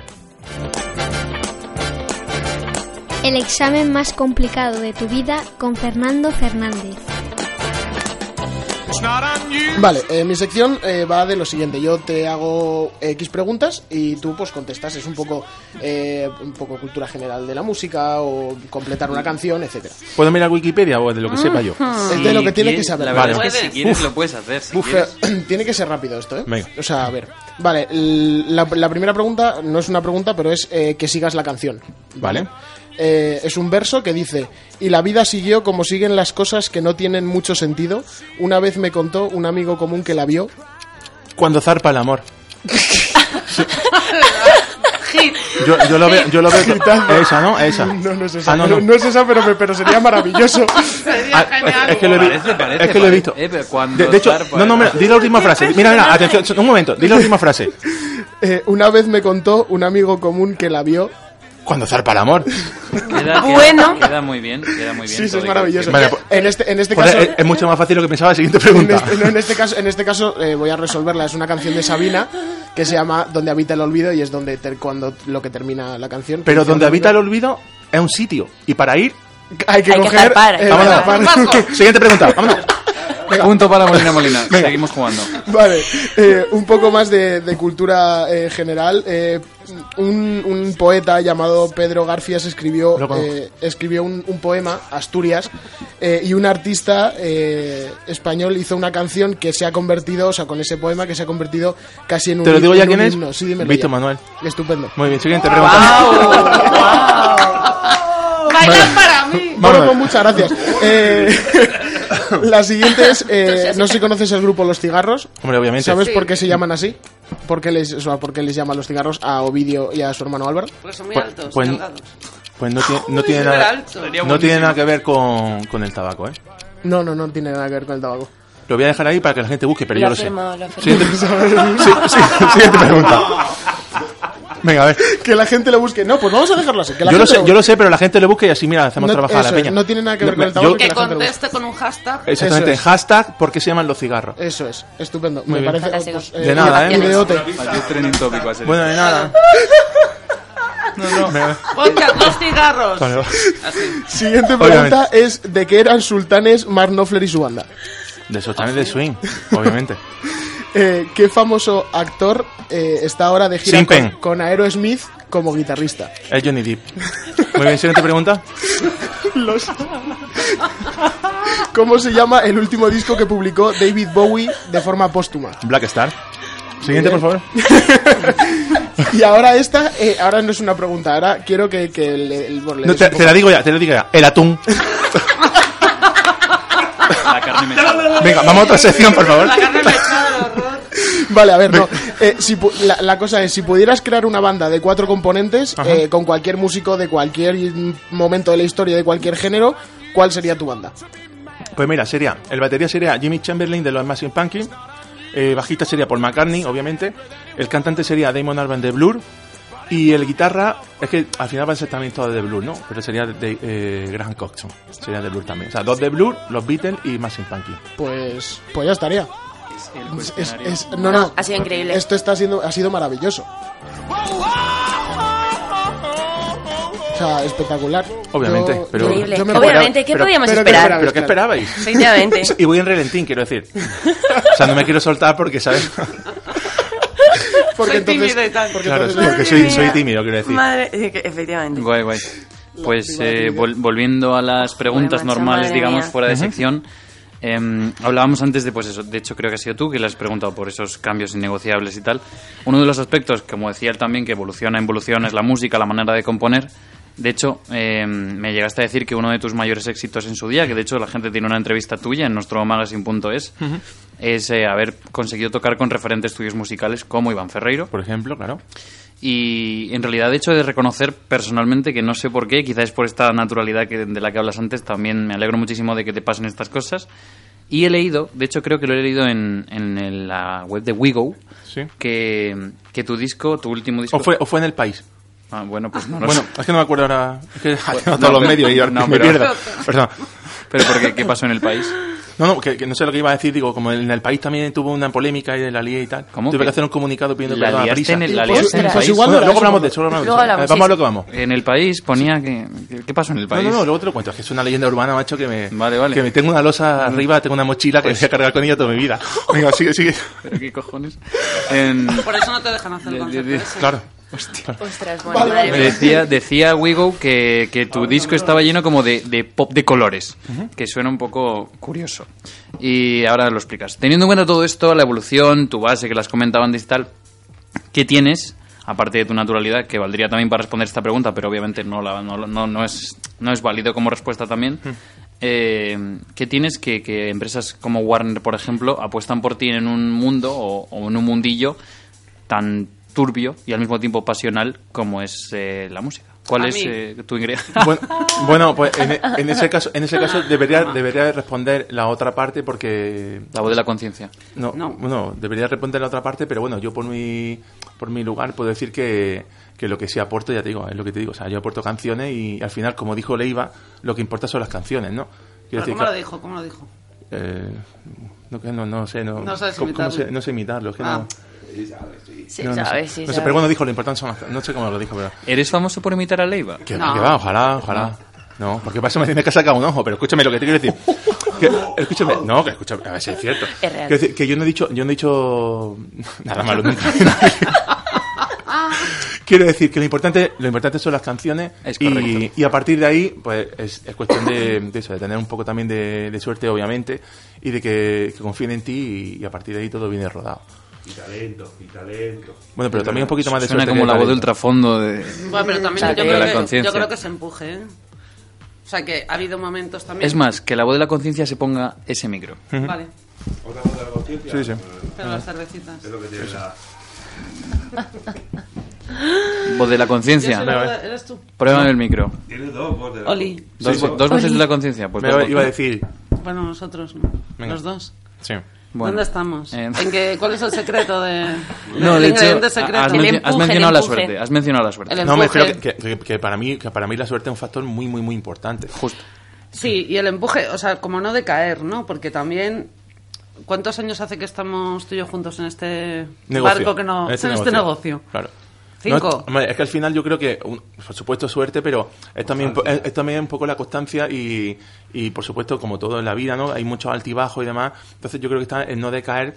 Speaker 8: El examen más complicado de tu vida con Fernando Fernández.
Speaker 7: Vale, eh, mi sección eh, va de lo siguiente. Yo te hago X preguntas y tú pues contestas. Es un poco, eh, un poco cultura general de la música o completar una canción, etcétera.
Speaker 4: ¿Puedo mirar Wikipedia o de lo que sepa yo?
Speaker 5: Ah.
Speaker 7: Es de lo que tienes que
Speaker 2: quieres-
Speaker 7: saber.
Speaker 2: La verdad
Speaker 4: Vale.
Speaker 2: es que si
Speaker 5: Puedes.
Speaker 2: quieres lo puedes hacer. Si
Speaker 7: Uf,
Speaker 2: quieres.
Speaker 7: eh, tiene que ser rápido esto, ¿eh?
Speaker 4: Venga.
Speaker 7: O sea, a ver. Vale, l- la, la primera pregunta no es una pregunta, pero es eh, que sigas la canción.
Speaker 4: Vale.
Speaker 7: Eh, es un verso que dice, y la vida siguió como siguen las cosas que no tienen mucho sentido. Una vez me contó un amigo común que la vio.
Speaker 4: Cuando zarpa el amor. Yo, yo lo veo, yo lo veo. Esa, ¿no? Esa.
Speaker 7: No, no es esa.
Speaker 4: Ah, no,
Speaker 7: pero-
Speaker 4: no.
Speaker 7: no es esa, pero, me- pero sería maravilloso.
Speaker 5: Sería
Speaker 4: Ah,
Speaker 5: genial.
Speaker 4: es que lo he, vi-
Speaker 2: Parece, parece,
Speaker 4: es que lo he
Speaker 2: parece.
Speaker 4: visto.
Speaker 2: Eh, pero cuando
Speaker 4: de, de hecho,
Speaker 2: zarpa,
Speaker 4: no, no,
Speaker 2: eh.
Speaker 4: mira, di la última frase. Mira, mira, atención, un momento, di la última frase.
Speaker 7: Eh, una vez me contó un amigo común que la vio.
Speaker 4: Cuando zarpa el amor.
Speaker 2: Queda, queda-
Speaker 6: Bueno.
Speaker 2: Queda muy bien, queda muy bien.
Speaker 7: Sí, sí,
Speaker 2: todo
Speaker 7: es
Speaker 2: hay que
Speaker 7: maravilloso.
Speaker 4: Vale, pues- eh,
Speaker 7: en este, en este
Speaker 4: Joder,
Speaker 7: caso...
Speaker 4: es, es mucho más fácil lo que pensaba. Siguiente
Speaker 7: En
Speaker 4: pregunta.
Speaker 7: este, no, en este caso, en este caso eh, voy a resolverla. Es una canción de Sabina que se llama Donde habita el olvido y es donde ter- cuando lo que termina la canción.
Speaker 4: Pero donde habita el olvido es un sitio. Y para ir.
Speaker 7: hay que
Speaker 6: Hay que
Speaker 7: coger
Speaker 6: zarpar, hay
Speaker 7: el
Speaker 6: que
Speaker 4: Vámonos.
Speaker 7: zarpar.
Speaker 4: Siguiente pregunta. Vámonos.
Speaker 2: decir. Punto para Molina Molina. Seguimos jugando.
Speaker 7: Vale, eh, un poco más de, de cultura eh, general. Eh, un, un poeta llamado Pedro Garfias escribió,
Speaker 4: Lo conozco.
Speaker 7: eh, escribió un, un poema, Asturias, eh, y un artista eh, español hizo una canción que se ha convertido, o sea, con ese poema que se ha convertido casi en un
Speaker 4: Te lo digo
Speaker 7: hi-
Speaker 4: ya
Speaker 7: en un
Speaker 4: quién es.
Speaker 7: himno. Sí, dímelo
Speaker 4: Víctor
Speaker 7: ya.
Speaker 4: Manuel.
Speaker 7: Estupendo.
Speaker 4: Muy bien, siguiente pregunta.
Speaker 5: bailan para mí.
Speaker 4: Vamos a
Speaker 7: Bueno,
Speaker 4: ver.
Speaker 7: pues muchas gracias. Eh, la siguiente es, eh, no sé si conoces el grupo Los Cigarros.
Speaker 4: Hombre, obviamente.
Speaker 7: ¿Sabes
Speaker 5: Sí.
Speaker 7: por qué se llaman así? ¿Por qué les, o sea, por qué les llaman los cigarros a Ovidio y a su hermano Álvaro?
Speaker 5: Porque son muy
Speaker 4: Pues-
Speaker 5: altos,
Speaker 4: pues-
Speaker 5: delgados.
Speaker 4: Pues no, tiene- no
Speaker 5: Uy,
Speaker 4: tiene
Speaker 5: se verá
Speaker 4: nada,
Speaker 5: alto.
Speaker 4: no tiene nada que ver con, con el tabaco, ¿eh?
Speaker 7: No, no, no tiene nada que ver con el tabaco.
Speaker 4: Lo voy a dejar ahí para que la gente busque, pero
Speaker 6: Lo
Speaker 4: yo
Speaker 6: ha
Speaker 4: lo sé.
Speaker 6: firmado, lo ha firmado.
Speaker 4: Siguiente, sí, sí, siguiente pregunta. Venga, a ver.
Speaker 7: Que la gente lo busque. No, pues vamos a dejarlo así. Que la
Speaker 4: Yo lo,
Speaker 7: gente
Speaker 4: sé, yo lo sé, pero la gente lo busque y así, mira, hacemos
Speaker 7: No-
Speaker 4: trabajar a
Speaker 7: eso
Speaker 4: la
Speaker 7: es,
Speaker 4: peña.
Speaker 7: no tiene nada que ver con el
Speaker 4: me-
Speaker 7: tabaco
Speaker 4: yo-
Speaker 7: y
Speaker 5: Que
Speaker 7: la gente lo
Speaker 5: conteste con un hashtag.
Speaker 4: exactamente,
Speaker 7: Eso es. Eh.
Speaker 4: hashtag, ¿por qué se llaman los cigarros?
Speaker 7: Eso es, estupendo. Me
Speaker 4: Muy bien.
Speaker 7: parece
Speaker 6: Fantástico.
Speaker 7: pues,
Speaker 4: De nada, ¿eh?
Speaker 7: ideote.
Speaker 2: Aquí es trending topic, va a ser.
Speaker 4: Bueno, de nada.
Speaker 5: Podcast Los
Speaker 7: Oh,
Speaker 5: Cigarros.
Speaker 4: Vale,
Speaker 5: Así.
Speaker 7: Siguiente
Speaker 4: Obviamente.
Speaker 7: pregunta es de qué eran sultanes Mark Knopfler y su banda.
Speaker 4: De sostener
Speaker 7: Oh,
Speaker 4: de swing, obviamente.
Speaker 7: Eh, ¿Qué famoso actor eh, está ahora de gira
Speaker 4: Sin
Speaker 7: con,
Speaker 4: pen.
Speaker 7: con Aerosmith como guitarrista?
Speaker 4: Es Johnny Depp. Muy bien, siguiente pregunta.
Speaker 7: Los- ¿Cómo se llama el último disco que publicó David Bowie de forma póstuma?
Speaker 4: Black Star. Siguiente, por favor.
Speaker 7: Y ahora esta, eh, ahora no es una pregunta, ahora quiero que, que le, el- bueno, le
Speaker 4: No,
Speaker 7: des
Speaker 4: te,
Speaker 7: un poco-
Speaker 4: te la digo ya, te la digo ya. El atún.
Speaker 2: La carne mechada.
Speaker 4: Venga, vamos a otra sección, por favor.
Speaker 5: La carne mechada, el horror.
Speaker 7: Vale, a ver, no. Eh, si pu- la, la cosa es, si pudieras crear una banda de cuatro componentes
Speaker 4: Ajá.
Speaker 7: eh, con cualquier músico de cualquier mm, momento de la historia, de cualquier género, ¿cuál sería tu banda?
Speaker 4: Pues mira, sería, el batería sería Jimmy Chamberlain de los Massive Punky, eh, bajista sería Paul McCartney, obviamente, el cantante sería Damon Albarn de Blur, y el guitarra, es que al final van a ser también todos de Blur, ¿no? Pero sería de eh, Graham Coxon, sería de Blur también. O sea, dos de Blur, los Beatles y Massive Punky.
Speaker 7: Pues, pues ya estaría.
Speaker 5: pues
Speaker 7: Es- es- es- no,
Speaker 6: No,
Speaker 7: no.
Speaker 6: ha sido increíble.
Speaker 7: Esto está siendo, ha sido maravilloso. O sea, espectacular.
Speaker 4: Obviamente,
Speaker 7: Yo-
Speaker 4: pero-
Speaker 6: Increíble.
Speaker 7: yo me
Speaker 6: Obviamente, ¿qué
Speaker 4: pero-
Speaker 6: podíamos
Speaker 7: pero-
Speaker 6: esperar?
Speaker 7: pero-
Speaker 4: ¿Pero qué esperabais?
Speaker 6: Efectivamente.
Speaker 4: Y voy en relentín, quiero decir. O sea, no me quiero soltar porque, ¿sabes?
Speaker 7: Porque
Speaker 5: Soy
Speaker 7: entonces-
Speaker 5: tímida y tal.
Speaker 7: porque
Speaker 4: Claro,
Speaker 7: entonces-
Speaker 4: porque soy, soy tímido, quiero decir.
Speaker 6: Madre, eh, que- efectivamente.
Speaker 2: Guay, guay. Pues eh, vol- volviendo a las preguntas
Speaker 6: macho,
Speaker 2: normales,
Speaker 6: madre
Speaker 2: digamos,
Speaker 6: mía.
Speaker 2: fuera de sección. em, hablábamos antes de, pues eso, de hecho creo que has sido tú que le has preguntado por esos cambios innegociables y tal. Uno de los aspectos, como decía él también, que evoluciona, evoluciona, es la música, la manera de componer. De hecho, em, me llegaste a decir que uno de tus mayores éxitos en su día, que de hecho la gente tiene una entrevista tuya en nuestro magazine.es, es eh, haber conseguido tocar con referentes tuyos musicales como Iván Ferreiro.
Speaker 4: Por ejemplo, claro.
Speaker 2: Y en realidad, de hecho, he de reconocer personalmente que no sé por qué, quizás por esta naturalidad que, de la que hablas antes, también me alegro muchísimo de que te pasen estas cosas. Y he leído, de hecho, creo que lo he leído en, en el- la web de WeGo,
Speaker 4: Sí.
Speaker 2: que, que tu disco, tu último disco.
Speaker 4: O fue, o fue en el país.
Speaker 2: Ah, bueno, pues no lo
Speaker 4: Bueno,
Speaker 2: sé.
Speaker 4: es que no me acuerdo ahora. Es que ha
Speaker 2: no,
Speaker 4: tenido todos los
Speaker 2: pero-
Speaker 4: medios y
Speaker 2: no,
Speaker 4: ahora me
Speaker 2: pero-
Speaker 4: pierdo. Perdón.
Speaker 2: Pero porque, ¿qué pasó en el país?
Speaker 4: No, no, que, que no sé lo que iba a decir. Digo, como en el país también tuvo una polémica y de la lié y tal.
Speaker 2: ¿Cómo
Speaker 4: Tuve
Speaker 2: que-
Speaker 4: que hacer un comunicado pidiendo
Speaker 2: La
Speaker 4: perdón a
Speaker 2: liaste
Speaker 4: prisa.
Speaker 2: en el- la
Speaker 4: Bueno,
Speaker 2: liaste en el
Speaker 6: Ostras.
Speaker 2: país.
Speaker 7: igual-
Speaker 4: luego hablamos de eso. Luego hablamos
Speaker 6: Luego
Speaker 4: de eso.
Speaker 6: hablamos,
Speaker 4: Eh, Vamos a
Speaker 6: sí.
Speaker 4: lo que vamos.
Speaker 2: En el país ponía que. que- ¿Qué pasó en el
Speaker 4: No,
Speaker 2: país?
Speaker 4: no, no, luego te lo cuento. Es que es una leyenda urbana, macho, que me.
Speaker 2: Vale, vale. Mm. Pues
Speaker 4: Que me tengo una losa arriba, tengo una mochila que voy a cargar con ella toda mi vida. Venga, sigue, sigue.
Speaker 2: ¿Pero qué cojones? En-
Speaker 5: Por eso no te dejan hacer el
Speaker 2: De- de-
Speaker 5: concierto.
Speaker 2: de-
Speaker 5: ese.
Speaker 4: Claro.
Speaker 6: Ostras, bueno, madre mía.
Speaker 2: Decía, decía Wigo que, que tu disco estaba lleno como de, de pop de colores, que suena un poco curioso. Y ahora lo explicas. Teniendo en cuenta todo esto, la evolución, tu base que las comentaban antes y tal, ¿qué tienes? Aparte de tu naturalidad, que valdría también para responder esta pregunta, pero obviamente no, la, no, no- no es, no es válido como respuesta también.
Speaker 4: Hmm.
Speaker 2: Eh, ¿Qué tienes que, que empresas como Warner, por ejemplo, apuestan por ti en un mundo o- o en un mundillo tan turbio y al mismo tiempo pasional como es eh, la música. ¿Cuál
Speaker 5: A
Speaker 2: es
Speaker 5: mí.
Speaker 2: eh, tu ingreso?
Speaker 4: Bueno, bueno, pues en, e- en ese caso, en ese caso debería, debería responder la otra parte porque
Speaker 2: la voz de la conciencia.
Speaker 4: No,
Speaker 5: No.
Speaker 4: bueno, debería responder la otra parte, pero bueno, yo por mi, por mi lugar puedo decir que, que lo que sí aporto, ya te digo, es lo que te digo. O sea, yo aporto canciones y al final, como dijo Leiva, lo que importa son las canciones, ¿no?
Speaker 5: Pero
Speaker 4: Quiero decir
Speaker 5: ¿Cómo lo
Speaker 4: que-
Speaker 5: dijo? ¿Cómo lo dijo?
Speaker 4: eh, no, que no, no sé, no,
Speaker 5: No sabes
Speaker 4: ¿cómo- cómo
Speaker 5: imitarlo.
Speaker 4: sé- no sé imitarlo. es que
Speaker 5: Ah.
Speaker 4: no,
Speaker 6: Sí,
Speaker 4: no, no sé.
Speaker 6: sabes, sí,
Speaker 4: No sé,
Speaker 6: sabes.
Speaker 4: pero bueno, dijo, lo importante son las canciones. No sé cómo lo dijo, pero...
Speaker 2: ¿Eres famoso por imitar a Leiva?
Speaker 4: Que,
Speaker 5: No.
Speaker 4: que va, ojalá, ojalá. No, porque para eso me tienes que sacar un ojo, pero escúchame lo que te quiero decir. Que- escúchame, no, que escúchame, a ver si es cierto.
Speaker 6: Es real.
Speaker 4: Quiero decir Que, yo no he dicho, yo no he dicho nada malo nunca. quiero decir que lo importante, lo importante son las canciones
Speaker 2: Es correcto.
Speaker 4: y, y a partir de ahí, pues es, es cuestión de, de eso, de tener un poco también de, de suerte, obviamente, y de que, que confíen en ti y, y a partir de ahí todo viene rodado. Y talento, y talento. Bueno, pero también un poquito más de
Speaker 2: Suena
Speaker 4: suerte
Speaker 2: como la
Speaker 4: que
Speaker 2: voz de
Speaker 4: talento.
Speaker 2: ultrafondo de...
Speaker 5: Bueno, pero también
Speaker 6: Claro,
Speaker 5: yo
Speaker 6: de la
Speaker 5: creo, que,
Speaker 2: conciencia.
Speaker 5: yo creo que se empuje, ¿eh? O sea que ha habido momentos también.
Speaker 2: Es más, que la voz de la conciencia se ponga ese micro.
Speaker 5: Vale,
Speaker 9: Otra cosa de la conciencia.
Speaker 4: Sí, sí.
Speaker 5: pero las cervecitas.
Speaker 9: Es lo que tiene la.
Speaker 2: Voz de la
Speaker 5: Yo
Speaker 2: conciencia.
Speaker 5: soy la- ¿Eres tú?
Speaker 2: Pruébame el micro.
Speaker 9: Tiene dos voz de la
Speaker 5: Oli.
Speaker 2: Dos,
Speaker 4: sí.
Speaker 2: vo- dos voces
Speaker 5: Oli.
Speaker 2: de la conciencia. Pues
Speaker 4: Me
Speaker 2: dos
Speaker 4: iba- iba a
Speaker 2: voces.
Speaker 4: decir.
Speaker 5: Bueno, nosotros no.
Speaker 4: Venga.
Speaker 5: Los dos.
Speaker 4: Sí.
Speaker 2: Bueno.
Speaker 5: ¿Dónde estamos?
Speaker 2: Eh,
Speaker 5: ¿En qué- ¿Cuál es el secreto de.?
Speaker 2: No,
Speaker 5: el
Speaker 2: de hecho,
Speaker 5: ingrediente
Speaker 2: has,
Speaker 5: secreto.
Speaker 2: mencio- has
Speaker 6: El empuje,
Speaker 2: mencionado
Speaker 6: el
Speaker 2: la
Speaker 6: empuje.
Speaker 2: suerte. Has mencionado la suerte.
Speaker 5: El
Speaker 4: No, me
Speaker 5: empuje.
Speaker 4: refiero que, que- que para mí, que para mí la suerte es un factor muy, muy, muy importante.
Speaker 2: Justo.
Speaker 5: Sí, y el empuje, o sea, como no decaer, ¿no? Porque también. ¿Cuántos años hace que estamos tú y yo juntos en este
Speaker 4: Negocio.
Speaker 5: barco que no. en este negocio?
Speaker 4: Claro.
Speaker 5: Cinco.
Speaker 4: No, es- hombre, es que al final yo creo que, un- por supuesto, suerte, pero es también, po- es, es también un poco la constancia y, y, por supuesto, como todo en la vida, ¿no? Hay muchos altibajos y demás. Entonces yo creo que está en no decaer,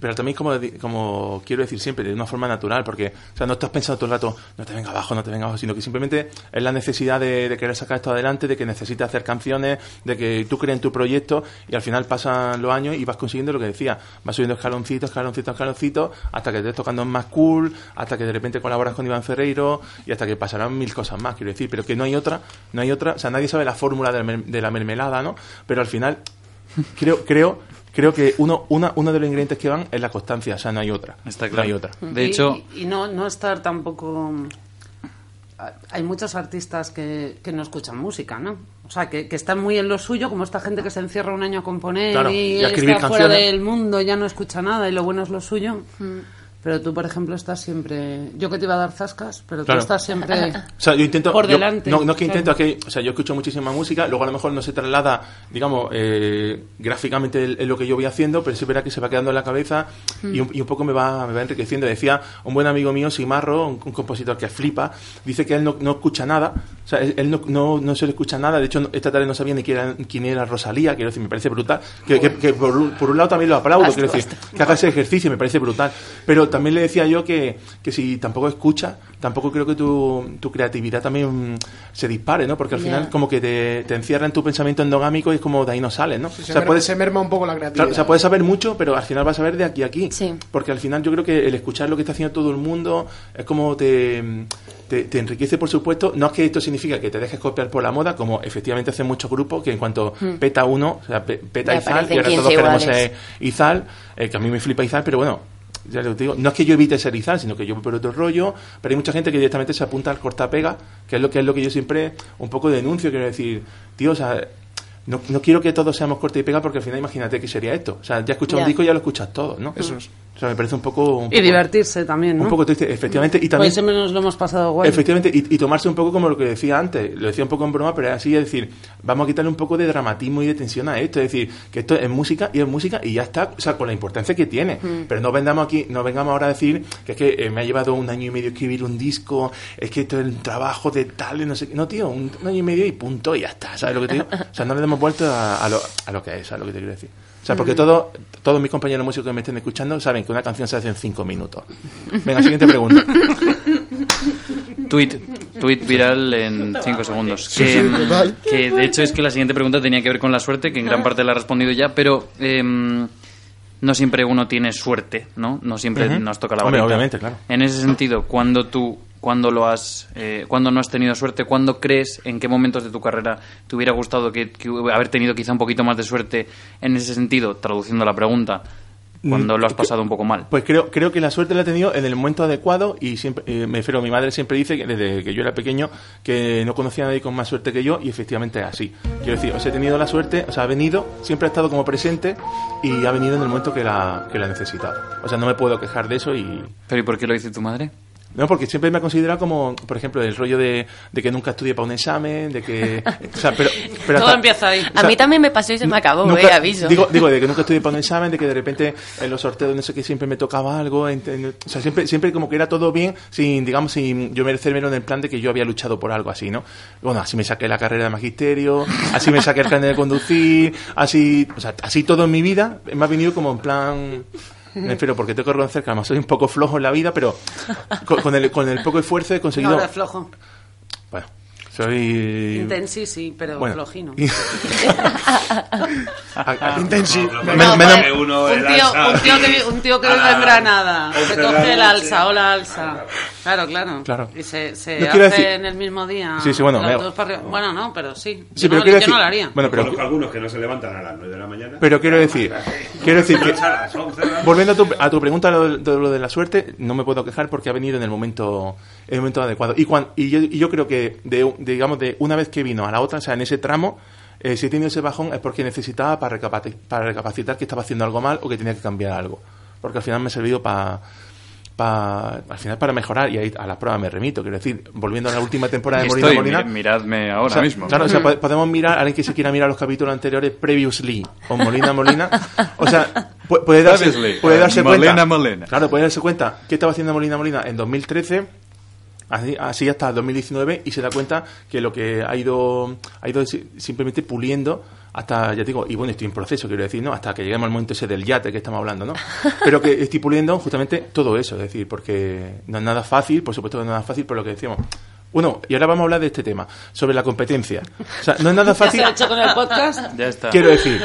Speaker 4: pero también como, di- como quiero decir siempre, de una forma natural, porque o sea, no estás pensando todo el rato, no te venga abajo, no te venga abajo, sino que simplemente es la necesidad de, de querer sacar esto adelante, de que necesitas hacer canciones, de que tú crees en tu proyecto y al final pasan los años y vas consiguiendo lo que decía, vas subiendo escaloncitos, escaloncitos, escaloncitos, hasta que te estés tocando en más cool, hasta que de repente colaboras con Iván Ferreiro y hasta que pasarán mil cosas más, quiero decir, pero que no hay otra, no hay otra, o sea, nadie sabe la fórmula de la mer- de la mermelada, ¿no? Pero al final creo, creo, creo que uno, una, uno de los ingredientes que van es la constancia, o sea, no hay otra.
Speaker 2: Está
Speaker 4: No
Speaker 2: claro.
Speaker 4: hay otra.
Speaker 2: De
Speaker 5: Y-
Speaker 2: hecho,
Speaker 5: Y, no, no estar tampoco. Hay muchos artistas que, que no escuchan música, ¿no? O sea, que, que están muy en lo suyo, como esta gente que se encierra un año a componer
Speaker 4: Claro,
Speaker 5: y,
Speaker 4: y a escribir
Speaker 5: está fuera
Speaker 4: canciones.
Speaker 5: del mundo, ya no escucha nada y lo bueno es lo suyo. Pero tú, por ejemplo, estás siempre. Yo que te iba a dar zascas, eh. pero
Speaker 4: Claro.
Speaker 5: tú estás siempre.
Speaker 4: O sea, yo intento.
Speaker 5: Por
Speaker 4: yo-
Speaker 5: delante,
Speaker 4: no, no es que
Speaker 5: claro.
Speaker 4: intento, es que. O sea, yo escucho muchísima música, luego a lo mejor no se traslada, digamos, eh, gráficamente en en lo que yo voy haciendo, pero sí verá que se va quedando en la cabeza y,
Speaker 5: Mm.
Speaker 4: un, y un poco me va, me va enriqueciendo. Decía un buen amigo mío, Simarro, un, un compositor que flipa, dice que él no, no escucha nada, o sea, él, él no, no, no se le escucha nada. De hecho, no- esta tarde no sabía ni quién era, quién era Rosalía, quiero decir, me parece brutal. Que, que- que por, un- por un lado también lo aplaudo,
Speaker 6: Basta,
Speaker 4: quiero decir,
Speaker 6: basta.
Speaker 4: que haga ese ejercicio, me parece brutal. Pero también le decía yo que, que si tampoco escuchas, tampoco creo que tu, tu creatividad también mm, se dispare, ¿no? Porque al
Speaker 6: Ya.
Speaker 4: final como que te, te encierra en tu pensamiento endogámico y es como de ahí no sales, ¿no?
Speaker 7: Se,
Speaker 4: O
Speaker 7: merma,
Speaker 4: sea, puedes,
Speaker 7: se merma un poco la creatividad.
Speaker 4: claro, o sea, puedes saber mucho, pero al final vas a ver de aquí a aquí.
Speaker 6: Sí.
Speaker 4: Porque al final yo creo que el escuchar lo que está haciendo todo el mundo es como te, te, te enriquece, por supuesto. No es que esto significa que te dejes copiar por la moda, como efectivamente hacen muchos grupos que en cuanto peta uno, o sea, pe- peta
Speaker 6: Hmm. Ya
Speaker 4: Izal, y ahora
Speaker 6: aparecen
Speaker 4: todos
Speaker 6: 15
Speaker 4: queremos
Speaker 6: iguales.
Speaker 4: ser Izal, eh, que a mí me flipa Izal, pero bueno. Ya lo digo, no es que yo evite ser Izal, sino que yo voy por otro rollo, pero hay mucha gente que directamente se apunta al cortapega, que es lo que es lo que yo siempre un poco denuncio, quiero decir, tío, o sea, no, no quiero que todos seamos corta y pega porque al final imagínate que sería esto. O sea, ya escuchas
Speaker 6: Ya.
Speaker 4: un disco y ya lo escuchas todo, ¿no? Eso es. O sea, me parece un poco. un
Speaker 5: Y
Speaker 4: poco-
Speaker 5: divertirse también, ¿no?
Speaker 4: Un poco triste, efectivamente. Y
Speaker 5: Hoy
Speaker 4: también.
Speaker 5: siempre Pues nos lo hemos pasado guay.
Speaker 4: Efectivamente, y, y tomarse un poco como lo que decía antes, lo decía un poco en broma, pero es así, es decir, vamos a quitarle un poco de dramatismo y de tensión a esto, es decir, que esto es música y es música y ya está, o sea, con la importancia que tiene, pero no vendamos aquí, no vengamos ahora a decir que es que eh, me ha llevado un año y medio escribir un disco, es que esto es un trabajo de tal, y no sé qué, no tío, un, un año y medio y punto, y ya está, ¿sabes lo que te digo? O sea, no le demos vuelta a, a lo, a lo que es, a lo que te quiero decir. O sea, porque todo- todos mis compañeros músicos que me estén escuchando saben que una canción se hace en cinco minutos. Venga, siguiente pregunta.
Speaker 2: Tweet, tweet viral en 5 segundos. Que,
Speaker 7: sí, total.
Speaker 2: que, de hecho es que la siguiente pregunta tenía que ver con la suerte, que en gran parte la ha respondido ya, pero em, no siempre uno tiene suerte, ¿no? No siempre
Speaker 4: Ujú.
Speaker 2: nos toca la
Speaker 4: Hombre,
Speaker 2: varita.
Speaker 4: obviamente, claro.
Speaker 2: En ese sentido, cuando tú, cuando lo has, eh, cuando no has tenido suerte, cuando crees, en qué momentos de tu carrera te hubiera gustado que, que haber tenido quizá un poquito más de suerte en ese sentido, traduciendo la pregunta, cuando
Speaker 4: Mm,
Speaker 2: lo has
Speaker 4: que-
Speaker 2: pasado un poco mal.
Speaker 4: Pues creo, creo que la suerte la he tenido en el momento adecuado y siempre, eh, me refiero, mi madre siempre dice que desde que yo era pequeño que no conocía a nadie con más suerte que yo y efectivamente es así. Quiero decir, os he tenido la suerte, o sea, ha venido, siempre ha estado como presente y ha venido en el momento que la, que la he necesitado. O sea, no me puedo quejar de eso y...
Speaker 2: ¿Pero y por qué lo dice tu madre?
Speaker 4: No, porque siempre me ha considerado como, por ejemplo, el rollo de, de que nunca estudié para un examen, de que... O sea, pero, pero
Speaker 5: Todo
Speaker 4: hasta-
Speaker 5: empieza ahí.
Speaker 4: O
Speaker 6: A
Speaker 4: sea,
Speaker 6: mí también me pasó y se me acabó,
Speaker 4: Nunca-
Speaker 6: eh, aviso.
Speaker 4: Digo, digo, de que nunca estudié para un examen, de que de repente en los sorteos no sé qué siempre me tocaba algo. en- en- o sea, siempre, siempre como que era todo bien, sin, digamos, sin yo merecérmelo en el plan de que yo había luchado por algo así, ¿no? Bueno, así me saqué la carrera de magisterio, así me saqué el carnet de conducir, así, o sea, así todo en mi vida me ha venido como en plan. Me refiero porque tengo que reconocer que además soy un poco flojo en la vida, pero con, con el, con el poco esfuerzo he conseguido.
Speaker 5: No, de flojo.
Speaker 4: Bueno, Soy...
Speaker 5: Intensi sí, pero
Speaker 4: Bueno.
Speaker 5: flojino.
Speaker 4: Intensi.
Speaker 5: No, joder, un, tío, un tío que, vi- un tío que vive Ah,
Speaker 9: Ah,
Speaker 5: en Granada. Se coge el alza, o la alza. Claro, claro.
Speaker 4: Claro.
Speaker 5: Y se, se
Speaker 4: No quiero
Speaker 5: hace
Speaker 4: decir-
Speaker 5: en el mismo día.
Speaker 4: Sí, sí, bueno,
Speaker 5: los
Speaker 4: me-
Speaker 5: dos parri- bueno, no, pero sí.
Speaker 4: Sí,
Speaker 5: yo
Speaker 4: pero
Speaker 5: no,
Speaker 4: quiero
Speaker 5: yo
Speaker 4: decir-
Speaker 5: no lo haría.
Speaker 4: Bueno, pero-
Speaker 9: Conozco algunos que no se levantan a las 9 de la mañana.
Speaker 4: Pero quiero decir, quiero decir que...
Speaker 9: A las 11 de la mañana.
Speaker 4: Volviendo a tu, a tu pregunta lo- de lo de la suerte, no me puedo quejar porque ha venido en el momento, en el momento adecuado. Y, cuan- y, yo, y yo creo que, de, de, digamos, de una vez que vino a la otra, o sea, en ese tramo, eh, si he tenido ese bajón es porque necesitaba para, recapati- para recapacitar que estaba haciendo algo mal o que tenía que cambiar algo. Porque al final me ha servido para... al final para mejorar y ahí a las pruebas me remito quiero decir volviendo a la última temporada de Molina
Speaker 2: Estoy,
Speaker 4: Molina
Speaker 2: mi- miradme ahora
Speaker 4: o sea,
Speaker 2: mismo. Mm.
Speaker 4: Claro, o sea, po- podemos mirar, alguien que se quiera mirar los capítulos anteriores, previously, o Molina Molina. O sea, pu- puede darse,
Speaker 2: Previously, eh,
Speaker 4: puede darse cuenta.
Speaker 2: Molina Molina.
Speaker 4: Claro, puede darse cuenta. ¿Qué estaba haciendo Molina Molina? En 2013, así, así hasta 2019, y se da cuenta que lo que ha ido, ha ido si- simplemente puliendo hasta, ya te digo, y bueno, estoy en proceso, quiero decir, ¿no? Hasta que lleguemos al momento ese del yate que estamos hablando, ¿no? Pero que estoy puliendo justamente todo eso, es decir, porque no es nada fácil, por supuesto que no es nada fácil, pero lo que decíamos. Bueno, y ahora vamos a hablar de este tema, sobre la competencia. O sea, no es nada
Speaker 5: ¿Ya
Speaker 4: fácil.
Speaker 5: se ha hecho con el podcast?
Speaker 2: Ya está.
Speaker 4: Quiero decir,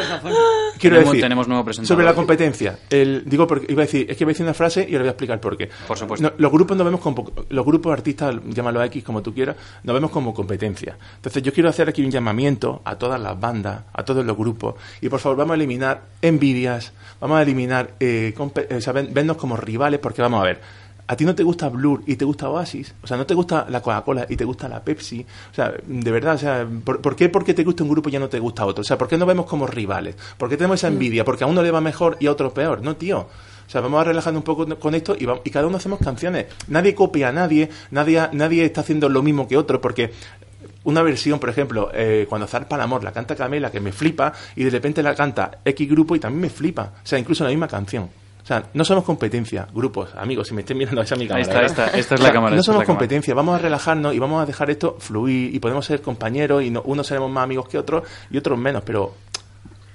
Speaker 4: quiero
Speaker 2: Tenemos-
Speaker 4: decir
Speaker 2: tenemos nuevo presentador.
Speaker 4: sobre la competencia. El, digo, porque iba a decir, es que iba a decir una frase y ahora voy a explicar por qué.
Speaker 2: Por supuesto.
Speaker 4: No, los grupos nos vemos como los grupos artistas, llámalo X como tú quieras, nos vemos como competencia. Entonces, yo quiero hacer aquí un llamamiento a todas las bandas, a todos los grupos y por favor, vamos a eliminar envidias, vamos a eliminar eh, compe- eh, o sea, ven- vernos como rivales porque vamos a ver. ¿A ti no te gusta Blur y te gusta Oasis? O sea, ¿no te gusta la Coca-Cola y te gusta la Pepsi? O sea, de verdad, o sea, ¿por, por qué porque te gusta un grupo y ya no te gusta otro? O sea, ¿por qué nos vemos como rivales? ¿Por qué tenemos esa envidia? Porque a uno le va mejor y a otro peor. No, tío. O sea, vamos a relajarnos un poco con esto y, va- y cada uno hacemos canciones. Nadie copia a nadie, nadie, nadie está haciendo lo mismo que otro porque una versión, por ejemplo, eh, cuando Zarpa el amor la canta Camela, que me flipa, y de repente la canta X grupo y también me flipa. O sea, incluso la misma canción. O sea, no somos competencia, grupos, amigos, si me estén mirando, esa es mi cámara.
Speaker 2: está,
Speaker 4: ¿verdad?
Speaker 2: esta- esta es la cámara, esta
Speaker 4: No
Speaker 2: es
Speaker 4: somos
Speaker 2: la cámara.
Speaker 4: competencia, vamos a relajarnos y vamos a dejar esto fluir y podemos ser compañeros y no- unos seremos más amigos que otros y otros menos, pero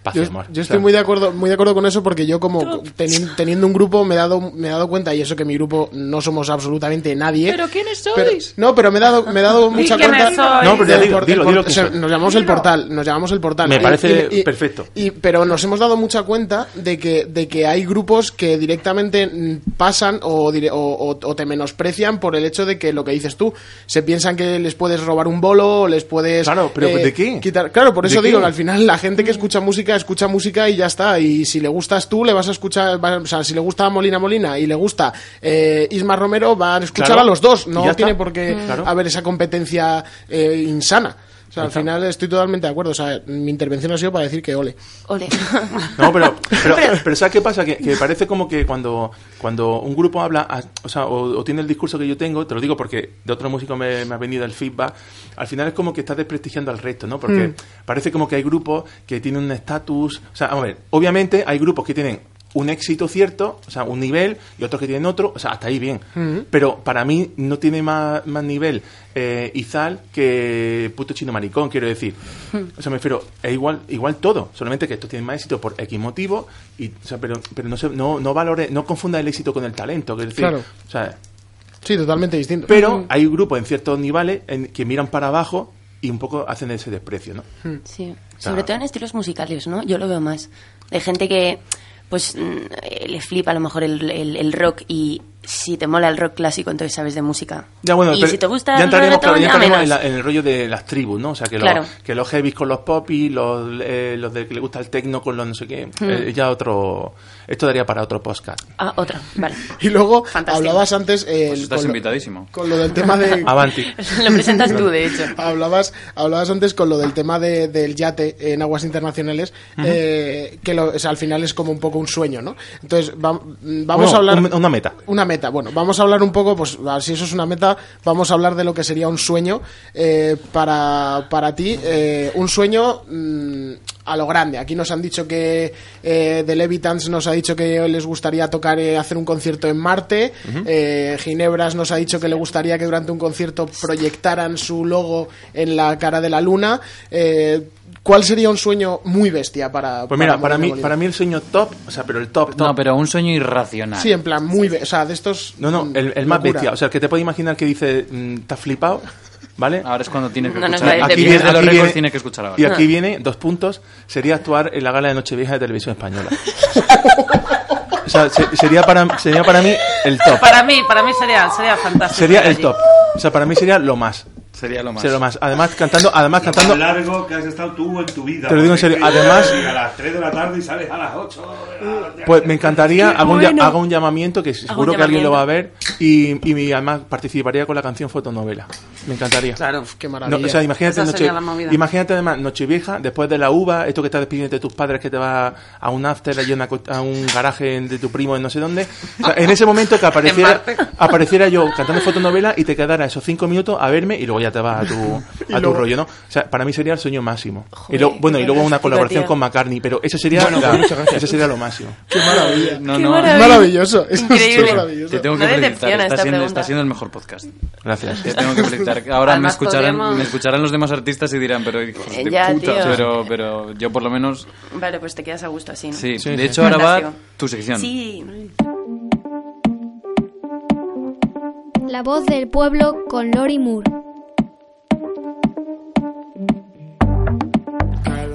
Speaker 4: paz y
Speaker 7: Yo,
Speaker 4: amor.
Speaker 7: yo
Speaker 4: O
Speaker 7: estoy
Speaker 4: sea,
Speaker 7: muy de acuerdo, muy de acuerdo con eso porque yo como teni- teniendo un grupo me he dado me he dado cuenta y eso que mi grupo no somos absolutamente nadie.
Speaker 5: ¿Pero quiénes
Speaker 7: Pero-
Speaker 5: sois?
Speaker 7: no, pero me he dado, me he dado mucha
Speaker 5: quiénes
Speaker 7: cuenta.
Speaker 5: sois?
Speaker 4: No, pero ya
Speaker 7: del
Speaker 4: digo,
Speaker 7: por-
Speaker 4: dilo,
Speaker 7: del
Speaker 4: dilo
Speaker 7: por-
Speaker 4: que
Speaker 7: o sea,
Speaker 4: sois.
Speaker 7: Nos llamamos el portal, nos llamamos el portal.
Speaker 4: Me
Speaker 7: Y-
Speaker 4: parece perfecto.
Speaker 7: y- pero nos hemos dado mucha cuenta de que, de que hay grupos que directamente mm, pasan o, dire- o- o- o te menosprecian por el hecho de que lo que dices tú, se piensan que les puedes robar un bolo, o les puedes... eh,
Speaker 4: Claro, pero ¿de qué?
Speaker 7: Quitar, claro, por
Speaker 4: ¿De
Speaker 7: eso
Speaker 4: qué?
Speaker 7: digo que al final la gente que escucha música, escucha música y ya está. Y si le gustas tú, le vas a escuchar... va- o sea, si le gusta Molina Molina y le gusta eh, Isma Romero, va a escuchar
Speaker 4: Claro.
Speaker 7: a los dos.
Speaker 4: Y ya
Speaker 7: No
Speaker 4: está.
Speaker 7: tiene por qué
Speaker 4: Mm. Claro.
Speaker 7: haber esa competencia eh, insana. O sea, al final estoy totalmente de acuerdo. O sea, mi intervención ha sido para decir que ole.
Speaker 6: Ole.
Speaker 4: No, pero, pero, pero ¿sabes qué pasa? Que, que parece como que cuando, cuando un grupo habla, a- o sea, o, o tiene el discurso que yo tengo, te lo digo porque de otro músico me, me ha venido el feedback, al final es como que estás desprestigiando al resto, ¿no? Porque parece como que hay grupos que tienen un estatus, o sea, vamos a ver, obviamente hay grupos que tienen un éxito cierto, o sea, un nivel, y otros que tienen otro, o sea, hasta ahí bien. Pero para mí no tiene más, más nivel eh, Izal que puto chino maricón, quiero decir. O sea, me refiero, es igual, igual todo, solamente que estos tienen más éxito por X motivo, y, o sea, pero, pero no, se- no, no valore, no confunda el éxito con el talento, quiero decir.
Speaker 7: Claro.
Speaker 4: O sea,
Speaker 7: Sí, totalmente distinto.
Speaker 4: pero hay grupos en ciertos niveles en que miran para abajo y un poco hacen ese desprecio, ¿no?
Speaker 6: Sí,
Speaker 4: Ah.
Speaker 6: sobre todo en estilos musicales, ¿no? Yo lo veo más. De gente que, pues, mm, eh, le flipa a lo mejor el, el- el rock y si te mola el rock clásico, entonces sabes de música.
Speaker 4: Ya, bueno,
Speaker 6: y
Speaker 4: pero
Speaker 6: si te gusta
Speaker 4: ya
Speaker 6: el
Speaker 4: entraremos, claro,
Speaker 6: reggaetón,
Speaker 4: ya
Speaker 6: ya
Speaker 4: entraremos en,
Speaker 6: menos.
Speaker 4: la- en el rollo de las tribus, ¿no? O sea, que,
Speaker 6: Claro.
Speaker 4: los, que los heavies con los popis, los, eh, los de que le gusta el techno con los no sé qué.
Speaker 6: Hmm.
Speaker 4: Eh, ya otro. Esto daría para otro podcast.
Speaker 6: Ah, otra, vale.
Speaker 7: Y luego
Speaker 6: Fantástico.
Speaker 7: hablabas antes eh,
Speaker 2: Pues
Speaker 7: el-
Speaker 2: estás
Speaker 7: con, lo,
Speaker 2: invitadísimo.
Speaker 7: con lo del tema de
Speaker 4: Avanti.
Speaker 6: lo presentas tú, de hecho.
Speaker 7: hablabas hablabas antes con lo del tema de- del yate en aguas internacionales eh, que lo- o sea, al final es como un poco un sueño, ¿no? Entonces va- mm, vamos
Speaker 4: Bueno,
Speaker 7: a hablar
Speaker 4: un- una meta. Pues
Speaker 7: una meta. Bueno, vamos a hablar un poco, pues a ver si eso es una meta, vamos a hablar de lo que sería un sueño eh, para, para ti. eh, un sueño mm, a lo grande. Aquí nos han dicho que eh, The Levitans nos ha dicho que les gustaría tocar, eh, hacer un concierto en Marte. eh, Ginebras nos ha dicho que le gustaría que durante un concierto proyectaran su logo en la cara de la luna. eh, ¿Cuál sería un sueño muy bestia para
Speaker 4: Pues mira, para
Speaker 7: Molina
Speaker 4: mí,
Speaker 7: Molina?
Speaker 4: para mí el sueño top, o sea, pero el top, top.
Speaker 2: No, pero un sueño irracional.
Speaker 7: Sí, en plan, muy... be- O sea, de estos... mm,
Speaker 4: No, no, el, el más
Speaker 7: Locura.
Speaker 4: bestia. O sea, el que te puede imaginar que dice, mm, estás flipado, ¿vale?
Speaker 2: Ahora es cuando tienes que
Speaker 6: No nos
Speaker 2: escuchar.
Speaker 6: parece
Speaker 2: Aquí
Speaker 6: bien.
Speaker 2: viene, a los
Speaker 4: aquí
Speaker 2: récords
Speaker 4: viene-
Speaker 2: tienes que escuchar ahora. Ah.
Speaker 4: Y aquí viene, dos puntos, sería actuar en la gala de Nochevieja de Televisión Española. o sea, se- sería, para, sería para mí el top.
Speaker 5: Para mí, para mí sería, sería fantástico.
Speaker 4: Sería
Speaker 5: ir
Speaker 4: el
Speaker 5: allí.
Speaker 4: top. O sea, para mí sería lo más.
Speaker 2: Sería lo más.
Speaker 4: Sería lo más. Además, cantando, además,
Speaker 9: Lo más
Speaker 4: cantando...
Speaker 9: largo que has estado tú en tu vida.
Speaker 4: Te lo digo en
Speaker 9: porque
Speaker 4: serio,
Speaker 9: es que
Speaker 4: además-
Speaker 9: A las 3 de la tarde y sales a las 8.
Speaker 4: Pues me encantaría, hago un,
Speaker 6: bueno.
Speaker 4: ya- hago un llamamiento que seguro que alguien lo va a ver y, y además participaría con la canción Fotonovela. Me encantaría.
Speaker 5: Claro.
Speaker 7: Qué
Speaker 4: No,
Speaker 7: maravilla.
Speaker 4: o sea, imagínate,
Speaker 5: Esa sería
Speaker 4: noche,
Speaker 5: la movida.
Speaker 4: imagínate además Nochevieja, después de la uva, esto que estás despidiendo de tus padres, que te va a un after, allí a, una co- a un garaje en- de tu primo, en no sé dónde. O sea, en ese momento que apareciera,
Speaker 5: Marte.
Speaker 4: apareciera yo cantando fotonovela y te quedara esos cinco minutos a verme y luego ya te vas a tu, a tu rollo, ¿no? O sea, para mí sería el sueño máximo. y luego-
Speaker 6: Joder,
Speaker 4: bueno,
Speaker 6: qué
Speaker 4: y luego una
Speaker 6: fantástico,
Speaker 4: colaboración
Speaker 6: tío.
Speaker 4: con McCartney, pero eso sería, la- eso sería lo máximo.
Speaker 2: No,
Speaker 6: Qué
Speaker 2: no.
Speaker 6: maravilla.
Speaker 7: Maravilloso. eso es
Speaker 6: Increíble.
Speaker 7: maravilloso.
Speaker 2: Te tengo que
Speaker 6: No
Speaker 2: felicitar.
Speaker 6: decepciona
Speaker 2: Está
Speaker 6: esta
Speaker 2: siendo,
Speaker 6: pregunta.
Speaker 2: está siendo el mejor podcast.
Speaker 4: Gracias.
Speaker 2: Te tengo que felicitar. Ahora me
Speaker 5: Además,
Speaker 2: escucharán,
Speaker 5: podríamos-
Speaker 2: me escucharán los demás artistas y dirán, pero hijos de
Speaker 6: Eh, Ya,
Speaker 2: puta.
Speaker 6: tío.
Speaker 2: Pero, pero yo por lo menos.
Speaker 6: Vale, pues te quedas a gusto así, ¿no?
Speaker 2: Sí.
Speaker 4: Sí,
Speaker 2: de
Speaker 4: sí.
Speaker 2: hecho, ahora va
Speaker 6: Fantástico.
Speaker 2: tu sección.
Speaker 6: Sí.
Speaker 8: La voz del pueblo con Lori Moore.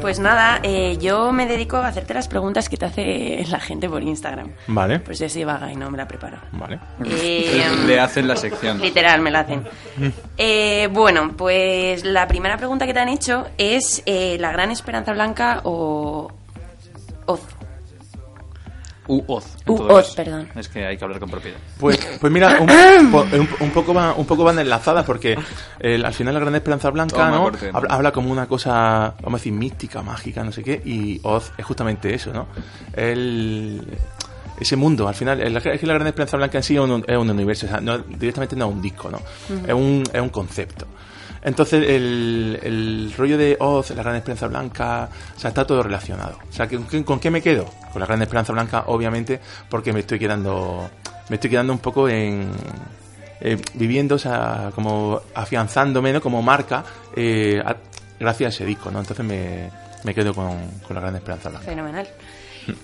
Speaker 6: Pues nada, eh, yo me dedico a hacerte las preguntas que te hace la gente por Instagram.
Speaker 4: Vale.
Speaker 6: Pues yo soy vaga y no me la preparo.
Speaker 4: Vale.
Speaker 6: Eh,
Speaker 2: Le hacen la sección.
Speaker 6: Literal, me la hacen. Eh, bueno, pues la primera pregunta que te han hecho es eh, ¿La Gran Esperanza Blanca o Oz?
Speaker 2: UOZ.
Speaker 6: U-
Speaker 2: Todo
Speaker 6: Oz,
Speaker 2: es-
Speaker 6: perdón.
Speaker 2: Es que hay que hablar con propiedad.
Speaker 4: Pues, pues mira, un, po- un, un poco van, un poco van enlazadas porque el- al final la Gran Esperanza Blanca
Speaker 2: Toma,
Speaker 4: ¿no?
Speaker 2: corte.
Speaker 4: habla, habla como una cosa, vamos a decir, mística, mágica, no sé qué, y Oz es justamente eso, ¿no? El, ese mundo, al final, el- es que la Gran Esperanza Blanca en sí es un, es un universo, o sea, no- directamente no es un disco, ¿no? es, un, es un concepto. Entonces, el, el rollo de Oz, la Gran Esperanza Blanca, o sea, está todo relacionado. O sea, ¿con, qué- con qué me quedo? Con la Gran Esperanza Blanca, obviamente, porque me estoy quedando, me estoy quedando un poco en, eh, viviendo, o sea, como afianzándome, ¿no? Como marca, eh, a- gracias a ese disco, ¿no? Entonces me, me quedo con, con la Gran Esperanza Blanca.
Speaker 6: Fenomenal.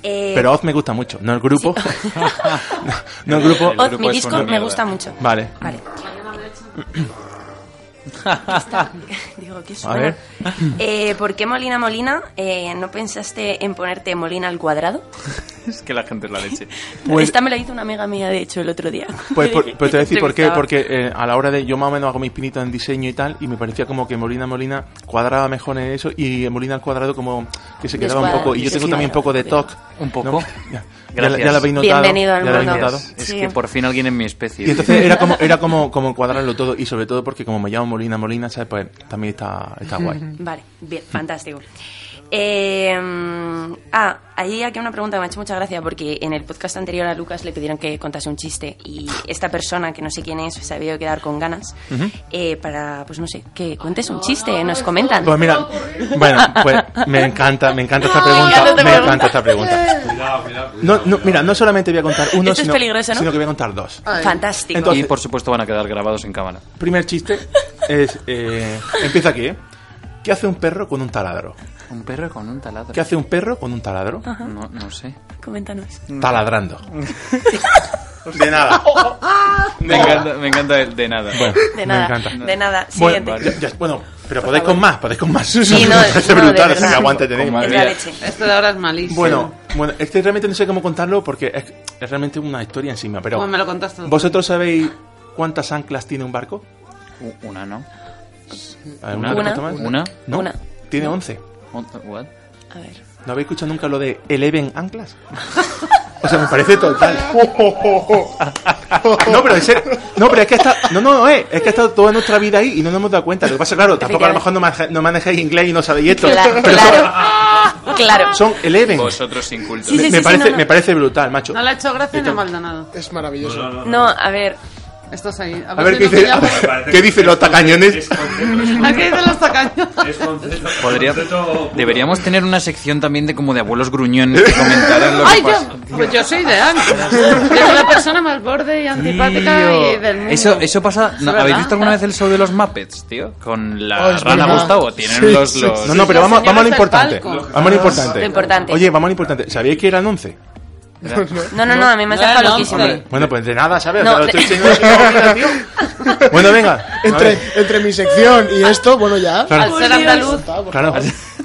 Speaker 6: Eh,
Speaker 4: Pero Oz me gusta mucho, no el grupo. no, no el grupo.
Speaker 2: El
Speaker 6: Eh, Oz,
Speaker 2: grupo
Speaker 6: mi
Speaker 2: es
Speaker 6: disco
Speaker 2: una
Speaker 6: me
Speaker 2: mierda.
Speaker 6: gusta mucho.
Speaker 4: Vale.
Speaker 6: Vale. Está- Digo, ¿qué suena?
Speaker 4: ver.
Speaker 6: Eh, ¿Por qué Molina Molina? Eh, ¿No pensaste en ponerte Molina al cuadrado?
Speaker 2: Es que la gente es la leche.
Speaker 4: Pues-
Speaker 6: Esta me la hizo una amiga mía, de hecho, el otro día.
Speaker 4: Pues, por- pues te voy a decir por qué,
Speaker 6: Entrevistaba.
Speaker 4: porque eh, a la hora de yo más o menos hago mis pinitos en diseño y tal, y me parecía como que Molina Molina cuadraba mejor en eso, y Molina al cuadrado como que se quedaba un
Speaker 6: Descuadra-
Speaker 4: poco, y yo tengo también un poco de TOC.
Speaker 2: Un poco.
Speaker 4: ¿no? Ya, ya, la- ya la habéis notado.
Speaker 6: Bienvenido al
Speaker 4: ya la habéis
Speaker 6: mundo.
Speaker 4: notado.
Speaker 2: Es
Speaker 6: Sí.
Speaker 2: que por fin alguien en mi especie.
Speaker 4: Y entonces era como era como, como cuadrarlo todo, y sobre todo porque como me llamo Molina Molina, ¿sabes? Pues también está, está guay.
Speaker 6: Vale, bien, fantástico. Eh, ah, ahí aquí una pregunta que me ha hecho mucha gracia porque en el podcast anterior a Lucas le pidieron que contase un chiste y esta persona, que no sé quién es, se ha debido quedar con ganas eh, para, pues no sé, que cuentes un chiste, nos comentan.
Speaker 4: Pues mira, bueno, pues me encanta, me encanta esta pregunta,
Speaker 6: encanta esta
Speaker 4: me
Speaker 6: pregunta.
Speaker 4: encanta esta pregunta.
Speaker 9: Cuidado, cuidado, cuidado.
Speaker 4: No, no, mira, no solamente voy a contar uno,
Speaker 6: Esto es
Speaker 4: sino,
Speaker 6: peligroso, ¿no?
Speaker 4: sino que voy a contar dos.
Speaker 6: Fantástico.
Speaker 4: Entonces-
Speaker 2: Y por supuesto van a quedar grabados en cámara.
Speaker 4: Primer chiste es. eh, empieza aquí, ¿eh? ¿Qué hace un perro con un taladro?
Speaker 2: Un perro con un taladro.
Speaker 4: ¿Qué hace un perro con un taladro?
Speaker 6: Ah.
Speaker 2: No, no sé.
Speaker 6: Coméntanos.
Speaker 4: Taladrando. De nada.
Speaker 2: Me encanta, me encanta el de nada.
Speaker 4: Bueno,
Speaker 6: De nada,
Speaker 4: me encanta.
Speaker 6: de nada.
Speaker 4: Bueno,
Speaker 6: Siguiente.
Speaker 4: ya- ya- bueno, pero podéis con más, podéis con más. Eso
Speaker 6: no,
Speaker 4: me parece
Speaker 6: no, de
Speaker 4: brutal, así
Speaker 6: verdad.
Speaker 4: que aguante tenéis.
Speaker 6: Es
Speaker 4: madre
Speaker 6: la
Speaker 4: mía.
Speaker 6: leche.
Speaker 5: Esto de ahora es malísimo.
Speaker 4: Bueno, bueno, este realmente no sé cómo contarlo porque es, es realmente una historia encima, pero.
Speaker 5: Bueno, me lo contaste.
Speaker 4: ¿Vosotros sabéis cuántas anclas tiene un barco?
Speaker 2: U- Una, ¿no?
Speaker 4: A ver,
Speaker 2: Una,
Speaker 4: ¿una respuesta más?
Speaker 2: una.
Speaker 4: No,
Speaker 6: Una.
Speaker 4: Tiene 11.
Speaker 2: Otra- what?
Speaker 6: A ver.
Speaker 4: ¿No habéis escuchado nunca lo de Eleven Anclas? O sea, me parece total. No, pero en serio- No, pero es que ha estado. No, no, no, eh, es que ha estado toda nuestra vida ahí y no nos hemos dado cuenta. Lo que pasa, claro, tampoco a lo mejor no, maneja- no manejéis inglés y no sabéis esto.
Speaker 6: Claro,
Speaker 4: pero son-
Speaker 6: claro. claro.
Speaker 4: son, Eleven.
Speaker 2: Vosotros incultos.
Speaker 6: Sí, sí,
Speaker 4: me,
Speaker 6: sí,
Speaker 4: me
Speaker 6: sí,
Speaker 4: parece,
Speaker 6: no, no.
Speaker 4: me parece brutal, macho.
Speaker 5: No le ha hecho gracia ni a Maldonado.
Speaker 7: Es maravilloso.
Speaker 6: No, a ver.
Speaker 5: Estás ahí.
Speaker 4: A ver qué
Speaker 5: no
Speaker 4: dice-
Speaker 5: me llamas.
Speaker 4: ¿Qué dicen los tacañones?
Speaker 5: ¿A qué dicen los tacaños?
Speaker 2: Podría- deberíamos tener una sección también de como de abuelos gruñones que comentaran lo que
Speaker 5: Ay,
Speaker 2: pasa.
Speaker 5: yo, pues yo soy de Ángeles. Es la persona más borde y antipática
Speaker 2: Tío,
Speaker 5: y del mundo.
Speaker 2: Eso, eso pasa.
Speaker 5: Es
Speaker 2: no,
Speaker 5: verdad.
Speaker 2: ¿Habéis visto alguna vez el show de los Muppets, tío? Con la
Speaker 4: Oh, es
Speaker 2: rana
Speaker 4: verdad.
Speaker 2: Gustavo. Tienen
Speaker 4: Sí,
Speaker 2: los,
Speaker 4: sí,
Speaker 2: los-
Speaker 4: sí. No, no, pero vamos, vamos a lo importante.
Speaker 6: palco.
Speaker 4: Vamos a lo importante.
Speaker 6: Lo importante.
Speaker 4: Oye, vamos a lo importante. ¿Sabíais que eran 11?
Speaker 6: No, no, no, a mí me has dejado
Speaker 5: No, no,
Speaker 6: loquísimo.
Speaker 5: hombre.
Speaker 4: Bueno, pues de nada, ¿sabes?
Speaker 6: No,
Speaker 4: Te lo
Speaker 6: de-
Speaker 4: estoy diciendo así como mira, tío. bueno, venga.
Speaker 7: Entre, entre mi sección y esto, bueno, ya.
Speaker 4: Claro.
Speaker 5: Al ser andaluz.
Speaker 7: Está, pues, por
Speaker 4: Claro.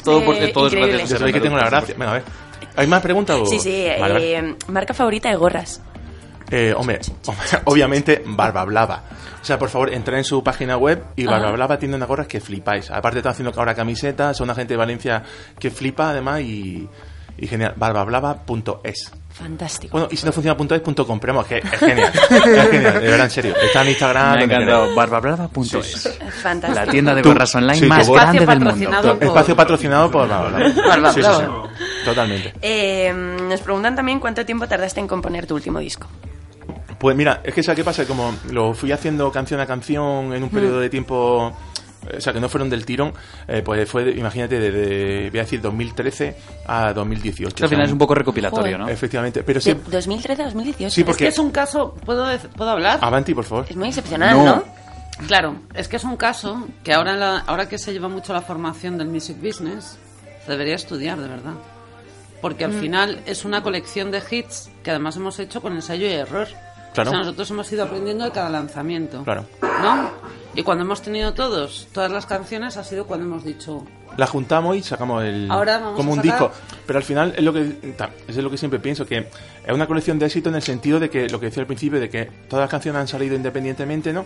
Speaker 2: Todo porque todo es gracias
Speaker 6: increíble.
Speaker 2: a
Speaker 4: Ya
Speaker 2: ser
Speaker 4: sabéis que tengo
Speaker 2: andaluz.
Speaker 4: la gracia. Venga, a ver. ¿Hay más preguntas? o-
Speaker 6: Sí, sí.
Speaker 4: Vale, vale.
Speaker 6: eh, marca favorita de gorras.
Speaker 4: Eh, hombre, obviamente Barba Blava. O sea, por favor, entrad en su página web y Barba Blava tiene unas gorras que flipáis. Aparte están haciendo ahora camisetas, son una gente de Valencia que flipa además y, y genial. barbablava.es.
Speaker 6: Fantástico.
Speaker 4: Bueno, y si no funciona punto .es, punto .com, pero vamos, que es genial. es genial, de verdad, en serio. Está en Instagram.
Speaker 2: Me ha
Speaker 4: donde
Speaker 2: encantado. barbabrava.es. La
Speaker 6: Fantástico.
Speaker 2: tienda de
Speaker 4: Tú-
Speaker 2: gorras online
Speaker 4: sí,
Speaker 2: más
Speaker 4: tu
Speaker 5: gorra.
Speaker 2: grande del
Speaker 5: Patrocinado
Speaker 2: mundo.
Speaker 4: queráis. Espacio patrocinado por Barba Blava.
Speaker 5: Barba
Speaker 4: Sí, sí, sí.
Speaker 5: Blava.
Speaker 4: Totalmente.
Speaker 6: Eh, nos preguntan también cuánto tiempo tardaste en componer tu último disco.
Speaker 4: Pues mira, es que ¿sabes qué pasa? Como lo fui haciendo canción a canción
Speaker 2: Mm.
Speaker 4: en un periodo de tiempo, eh, o sea, que no fueron del tirón, eh, pues fue, imagínate, desde, voy a decir, 2013 a 2018.
Speaker 2: Esto al final es un poco recopilatorio,
Speaker 6: Joder.
Speaker 2: ¿no?
Speaker 4: Efectivamente, pero
Speaker 6: De
Speaker 4: sí,
Speaker 6: 2013 a 2018.
Speaker 4: sí
Speaker 5: Es que
Speaker 4: porque...
Speaker 5: es un caso. ¿Puedo, dec- ¿puedo hablar?
Speaker 4: Avanti, por favor.
Speaker 6: Es muy excepcional,
Speaker 2: No.
Speaker 6: ¿no?
Speaker 5: Claro, es que es un caso que ahora, en la- ahora que se lleva mucho la formación del music business, se debería estudiar, de verdad. Porque al
Speaker 6: Mm.
Speaker 5: final es una colección de hits que además hemos hecho con ensayo y error.
Speaker 4: Claro.
Speaker 5: O sea, nosotros hemos ido aprendiendo de cada lanzamiento.
Speaker 4: Claro.
Speaker 5: ¿No? Y cuando hemos tenido todos, todas las canciones, ha sido cuando hemos dicho,
Speaker 4: La juntamos y sacamos el
Speaker 5: Ahora vamos
Speaker 4: como
Speaker 5: a
Speaker 4: un
Speaker 5: sacar-
Speaker 4: disco. Pero al final es lo que ta- es lo que siempre pienso que es una colección de éxito en el sentido de que lo que decía al principio de que todas las canciones han salido independientemente, ¿no?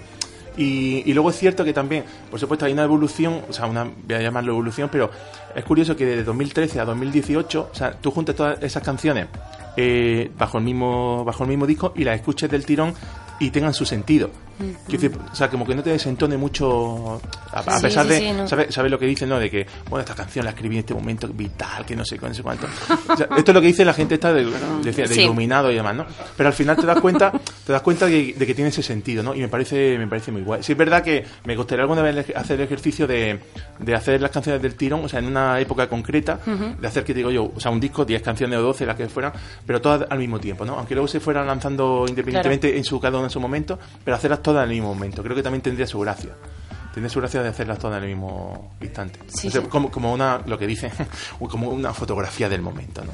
Speaker 4: Y, y luego es cierto que también, por supuesto, hay una evolución, o sea, una, voy a llamarlo evolución, pero es curioso que de 2013 a 2018, o sea, tú juntas todas esas canciones eh, bajo el mismo bajo el mismo disco y las escuches del tirón y tengan su sentido. Quiero decir, o sea, como que no te desentone mucho, a, a
Speaker 6: Sí,
Speaker 4: pesar
Speaker 6: sí,
Speaker 4: de,
Speaker 6: sí, no.
Speaker 4: ¿sabes? ¿Sabes lo que dicen, no? De que, bueno, esta canción la escribí en este momento vital, que no sé, cuánto, no sé cuánto. O sea, esto es lo que dice la gente esta de, decía, de
Speaker 6: Sí.
Speaker 4: iluminado y demás, ¿no? Pero al final te das cuenta, te das cuenta de, de que tiene ese sentido, ¿no? Y me parece, me parece muy guay. Sí, es verdad que me gustaría alguna vez hacer el ejercicio de, de hacer las canciones del tirón, o sea, en una época concreta, de hacer, que digo yo, o sea, un disco, 10 canciones o 12, las que fueran, pero todas al mismo tiempo, ¿no? Aunque luego se fueran lanzando independientemente en su cada uno en su momento, pero hacerlas todas al mismo momento. Creo que también tendría su gracia. Tendría su gracia de hacerlas todas en el mismo instante.
Speaker 6: Sí,
Speaker 4: O sea,
Speaker 6: sí.
Speaker 4: Como, como una, lo que dice, como una fotografía del momento, ¿no?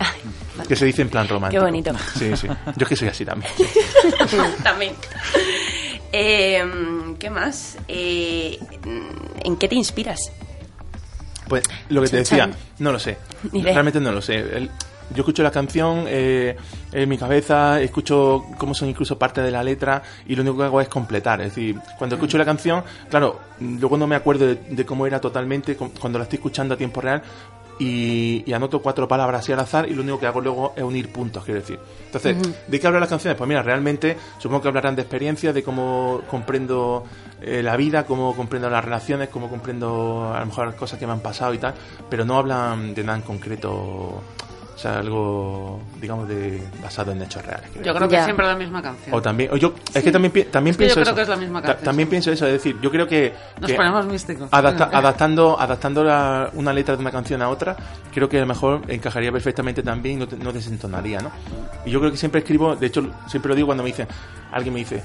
Speaker 4: que se dice en plan romántico.
Speaker 6: Qué bonito.
Speaker 4: Sí, sí. Yo es que soy así también.
Speaker 6: También. Eh, ¿Qué más? Eh, ¿En qué te inspiras?
Speaker 4: Pues lo que te
Speaker 6: Chan,
Speaker 4: decía,
Speaker 6: chan.
Speaker 4: no lo sé.
Speaker 6: Ni idea.
Speaker 4: Realmente no lo sé. El- yo escucho la canción eh, en mi cabeza, escucho cómo son incluso parte de la letra y lo único que hago es completar. Es decir, cuando escucho la canción, claro, luego no me acuerdo de, de cómo era totalmente cu- cuando la estoy escuchando a tiempo real y, y anoto cuatro palabras así al azar y lo único que hago luego es unir puntos, quiero decir. Entonces, ¿de qué hablan las canciones? Pues mira, realmente supongo que hablarán de experiencias, de cómo comprendo eh, la vida, cómo comprendo las relaciones, cómo comprendo a lo mejor las cosas que me han pasado y tal, pero no hablan de nada en concreto, o sea, algo, digamos, de basado en hechos reales. quiero
Speaker 5: yo creo que
Speaker 6: Ya.
Speaker 5: siempre la misma canción.
Speaker 4: o también, o yo, es que también, pi- también
Speaker 5: Es que yo creo
Speaker 4: pienso eso.
Speaker 5: que es la misma
Speaker 4: Ta-
Speaker 5: canción,
Speaker 4: también
Speaker 5: sí.
Speaker 4: pienso eso, es decir, yo creo que.
Speaker 5: Nos
Speaker 4: que
Speaker 5: ponemos místicos.
Speaker 4: adapta- adaptando adaptando la- una letra de una canción a otra, creo que a lo mejor encajaría perfectamente también y no, te- no desentonaría, ¿no? Y yo creo que siempre escribo, de hecho, siempre lo digo cuando me dicen, alguien me dice.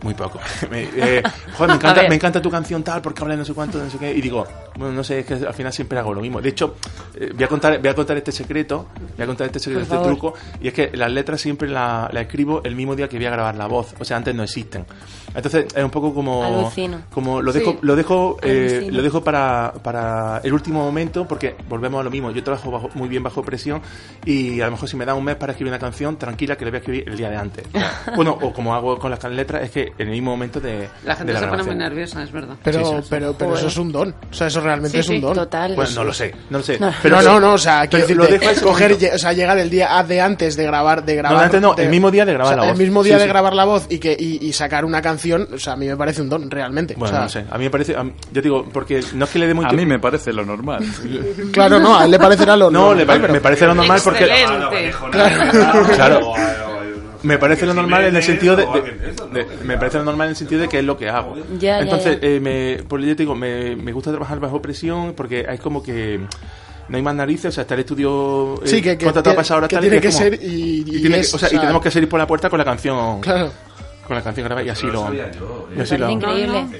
Speaker 4: Muy poco. Me, eh, joder, me encanta,
Speaker 5: ver.
Speaker 4: me encanta tu canción tal, porque habla de no sé cuánto, de no sé qué. Y digo, bueno, no sé, es que al final siempre hago lo mismo. De hecho, eh, voy, a contar, voy a contar este secreto, voy a contar este secreto, este
Speaker 6: favor.
Speaker 4: truco poco, y es que las letras siempre las escribo el mismo día que voy a grabar la voz o sea antes no existen entonces es un poco como
Speaker 6: Alucino.
Speaker 4: como lo dejo
Speaker 5: Sí.
Speaker 4: lo dejo eh,
Speaker 6: Alucino.
Speaker 4: lo dejo para, para el último momento porque volvemos a lo mismo yo trabajo bajo- muy bien bajo presión y a lo mejor si me da un mes para escribir una canción tranquila que la voy a escribir el día de antes bueno o como hago con las letras es que en el mismo momento de
Speaker 5: La gente
Speaker 4: de
Speaker 5: se pone muy
Speaker 4: grabación.
Speaker 5: nerviosa, es verdad.
Speaker 7: Pero,
Speaker 4: Sí, sí, sí.
Speaker 7: pero, pero eso es un don. O sea, eso realmente es un don.
Speaker 6: total.
Speaker 4: bueno no lo sé Pues no lo sé
Speaker 7: Pero no, no, o sea, quiero
Speaker 4: pero
Speaker 7: decir,
Speaker 4: lo dejo a ese
Speaker 7: coger,
Speaker 4: momento.
Speaker 7: lle- o sea, llegar el día ah, de antes de grabar, de grabar.
Speaker 4: antes no, el mismo día de grabar
Speaker 7: o sea,
Speaker 4: la voz.
Speaker 7: El mismo día
Speaker 4: Sí,
Speaker 7: de
Speaker 4: sí.
Speaker 7: grabar la voz y que y, y sacar una canción, o sea, a mí me parece un don, realmente.
Speaker 4: bueno,
Speaker 7: o
Speaker 4: no
Speaker 7: sea,
Speaker 4: sé. A mí me parece. a mí- yo digo, porque no es que le dé muy
Speaker 2: A mí me parece lo normal.
Speaker 7: Claro, no, a él le parecerá lo
Speaker 4: No,
Speaker 7: normal,
Speaker 4: le pare-
Speaker 7: pero-
Speaker 4: me parece lo normal porque.
Speaker 5: Excelente.
Speaker 9: Ah, no, manejo nada.
Speaker 4: Claro.
Speaker 9: Ay, ay, ay, no.
Speaker 4: me parece lo
Speaker 9: si
Speaker 4: normal en el
Speaker 9: bebes
Speaker 4: sentido de,
Speaker 9: o
Speaker 4: de-
Speaker 9: alguien de esos, ¿no?
Speaker 4: de- me parece lo normal en el sentido de que es lo que hago
Speaker 10: Ya, ya,
Speaker 4: entonces
Speaker 10: ya.
Speaker 4: eh, me por ello te digo me, me gusta trabajar bajo presión porque es como que no hay más narices, o sea, está el estudio eh,
Speaker 7: Sí, que- que-
Speaker 4: contratado
Speaker 7: que-
Speaker 4: para esa hora
Speaker 7: que
Speaker 4: tal,
Speaker 7: tiene
Speaker 4: es
Speaker 7: que
Speaker 4: como-
Speaker 7: ser y- y
Speaker 4: tiene
Speaker 7: es,
Speaker 4: que- o sea,
Speaker 7: o
Speaker 4: y
Speaker 7: sea-
Speaker 4: tenemos que salir por la puerta con la canción
Speaker 7: Claro.
Speaker 4: con la canción grabada y así lo,
Speaker 9: sabía yo, eh.
Speaker 4: y así lo hago.
Speaker 3: Ah.
Speaker 5: Increíble.
Speaker 9: sea,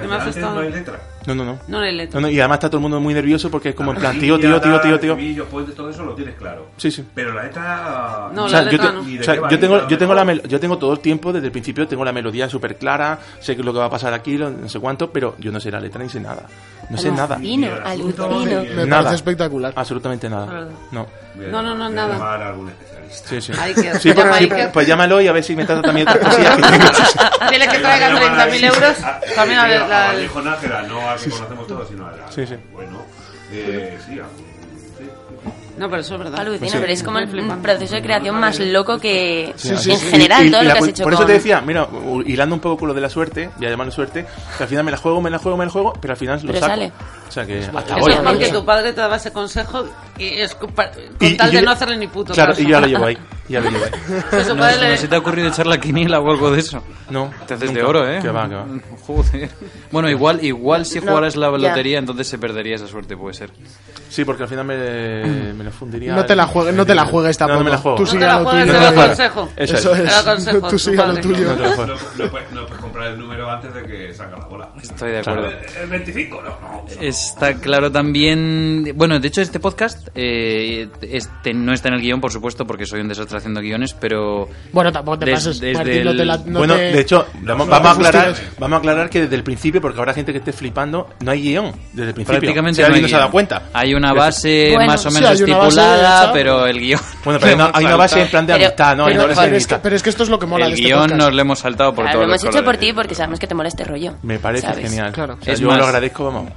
Speaker 2: Pues,
Speaker 9: ya antes no hay letra.
Speaker 4: No, no, no.
Speaker 5: No hay letra.
Speaker 4: No, no, y además está todo el mundo muy nervioso porque es como en plan,
Speaker 9: Sí,
Speaker 4: tío, tío, tío,
Speaker 9: nada,
Speaker 4: tío, tío.
Speaker 9: estribillo, puente, pues, todo eso lo tienes claro.
Speaker 4: Sí, sí.
Speaker 9: Pero la letra...
Speaker 5: No,
Speaker 4: O sea,
Speaker 5: la
Speaker 4: yo,
Speaker 5: letra
Speaker 4: te-
Speaker 5: no.
Speaker 4: o sea, yo tengo, yo tengo la mel- yo tengo todo el tiempo, desde el principio tengo la melodía súper clara, sé que lo que va a pasar aquí, lo- no sé cuánto, pero yo no sé la letra ni sé nada. No sé nada.
Speaker 10: Alucino, alucino.
Speaker 7: Me parece
Speaker 4: Nada.
Speaker 7: espectacular.
Speaker 4: Absolutamente
Speaker 5: La
Speaker 4: nada.
Speaker 5: verdad.
Speaker 4: No.
Speaker 5: No, no, no,
Speaker 9: Voy a
Speaker 5: nada.
Speaker 9: llamar a algún especialista.
Speaker 4: Sí, sí.
Speaker 5: Ahí queda.
Speaker 4: Sí, pues,
Speaker 5: Llama,
Speaker 4: sí,
Speaker 5: ahí
Speaker 4: pues-
Speaker 5: queda.
Speaker 4: pues llámalo y a ver si me trata también otras cosillas que tengo.
Speaker 5: Dile que traiga 30.000 euros.
Speaker 2: Ah,
Speaker 5: También a ver
Speaker 9: la...
Speaker 5: la...
Speaker 9: A Alejo Nájera, no a que conocemos todos, sino a la...
Speaker 4: Sí, sí.
Speaker 9: Bueno, eh, sí, a- sí.
Speaker 5: No, pero eso es verdad.
Speaker 10: Alucina,
Speaker 4: Sí.
Speaker 10: pero es como el
Speaker 5: Flipante.
Speaker 10: proceso de creación más loco que
Speaker 4: Sí, sí,
Speaker 10: en
Speaker 4: sí.
Speaker 10: general
Speaker 4: Y- y
Speaker 10: todo lo
Speaker 4: la
Speaker 10: que has
Speaker 4: cual-
Speaker 10: hecho
Speaker 4: Por eso
Speaker 10: con-
Speaker 4: te decía, mira, u- hilando un poco con lo de la suerte, ya llamarlo suerte, que al final me la juego, me la juego, me la juego, pero al final lo
Speaker 10: Pero
Speaker 4: saco.
Speaker 10: sale.
Speaker 4: O sea que hasta
Speaker 5: Eso
Speaker 4: hoy.
Speaker 5: es porque
Speaker 10: Oye.
Speaker 5: tu padre te daba ese consejo y es con, par- con
Speaker 4: Y- y
Speaker 5: tal
Speaker 4: yo-
Speaker 5: de no hacerle ni puto
Speaker 4: Claro,
Speaker 5: caso.
Speaker 4: y ya lo llevo ahí. Ya lo llevo ahí.
Speaker 5: Pues su
Speaker 2: No,
Speaker 5: padre
Speaker 2: no
Speaker 5: le-
Speaker 2: se te ha ocurrido echar la quiniela o algo de eso.
Speaker 4: No.
Speaker 2: Te haces de
Speaker 4: nunca.
Speaker 2: oro, ¿eh?
Speaker 4: Que va, que va.
Speaker 2: Joder. Bueno, igual, igual si
Speaker 10: No,
Speaker 2: jugaras la
Speaker 10: ya.
Speaker 2: lotería, entonces se perdería esa suerte, puede ser.
Speaker 4: Sí, porque al final me, me lo fundiría.
Speaker 7: No te la juegues, no te la juegues
Speaker 4: No,
Speaker 7: tampoco.
Speaker 4: no me la juego.
Speaker 7: Tú
Speaker 5: No te
Speaker 7: sigue
Speaker 5: la
Speaker 7: a lo
Speaker 5: juegues,
Speaker 7: tuyo.
Speaker 5: te
Speaker 4: No
Speaker 5: da
Speaker 4: te la
Speaker 5: consejo.
Speaker 4: juegas. Eso
Speaker 7: Eso
Speaker 4: es.
Speaker 7: es.
Speaker 5: Te da consejo,
Speaker 7: Tú
Speaker 5: tu
Speaker 7: sigue a lo
Speaker 5: padre.
Speaker 7: tuyo.
Speaker 4: No te la juego.
Speaker 9: No, no puedes, no puedes comprar el número antes de que salga la bola.
Speaker 2: Estoy de acuerdo.
Speaker 9: Eh, eh, 25, no, no.
Speaker 2: Está claro también. Bueno, de hecho, este podcast eh, este no está en el guión, por supuesto, porque soy un desastre haciendo guiones, pero.
Speaker 7: Bueno, tampoco te
Speaker 2: Des-
Speaker 7: pases,
Speaker 2: desde
Speaker 7: Martín, no
Speaker 2: el-
Speaker 7: te la- no
Speaker 4: bueno,
Speaker 7: te-
Speaker 4: de hecho, vamos,
Speaker 9: no,
Speaker 4: vamos a
Speaker 9: no,
Speaker 4: aclarar,
Speaker 9: no.
Speaker 4: vamos a aclarar que desde el principio, porque habrá gente que esté flipando, no hay guión. Desde el principio.
Speaker 2: Prácticamente
Speaker 4: Si
Speaker 2: no
Speaker 4: alguien
Speaker 2: hay
Speaker 4: no se ha dado
Speaker 2: guión.
Speaker 4: cuenta.
Speaker 2: Hay una base
Speaker 10: Bueno,
Speaker 2: más o
Speaker 7: sí,
Speaker 2: menos
Speaker 7: hay una base
Speaker 2: estipulada,
Speaker 7: hecha.
Speaker 2: pero el guión.
Speaker 4: Bueno, pero hay una, hay una base en plan de
Speaker 10: Pero-
Speaker 4: amistad, ¿no? Hay
Speaker 7: pero,
Speaker 4: una
Speaker 7: pero
Speaker 4: base de
Speaker 7: es que,
Speaker 4: amistad.
Speaker 7: pero es que esto es lo que mola
Speaker 2: el
Speaker 7: de este
Speaker 2: guión
Speaker 7: podcast.
Speaker 2: nos lo hemos saltado por
Speaker 10: Claro,
Speaker 2: todos
Speaker 10: lo hemos
Speaker 2: los
Speaker 10: hecho por
Speaker 2: colores.
Speaker 10: ti porque sabemos que te mola este rollo.
Speaker 4: Me parece
Speaker 10: ¿sabes?
Speaker 4: genial.
Speaker 7: Claro.
Speaker 4: O sea,
Speaker 2: Es
Speaker 4: yo
Speaker 2: más-
Speaker 4: lo agradezco, vamos.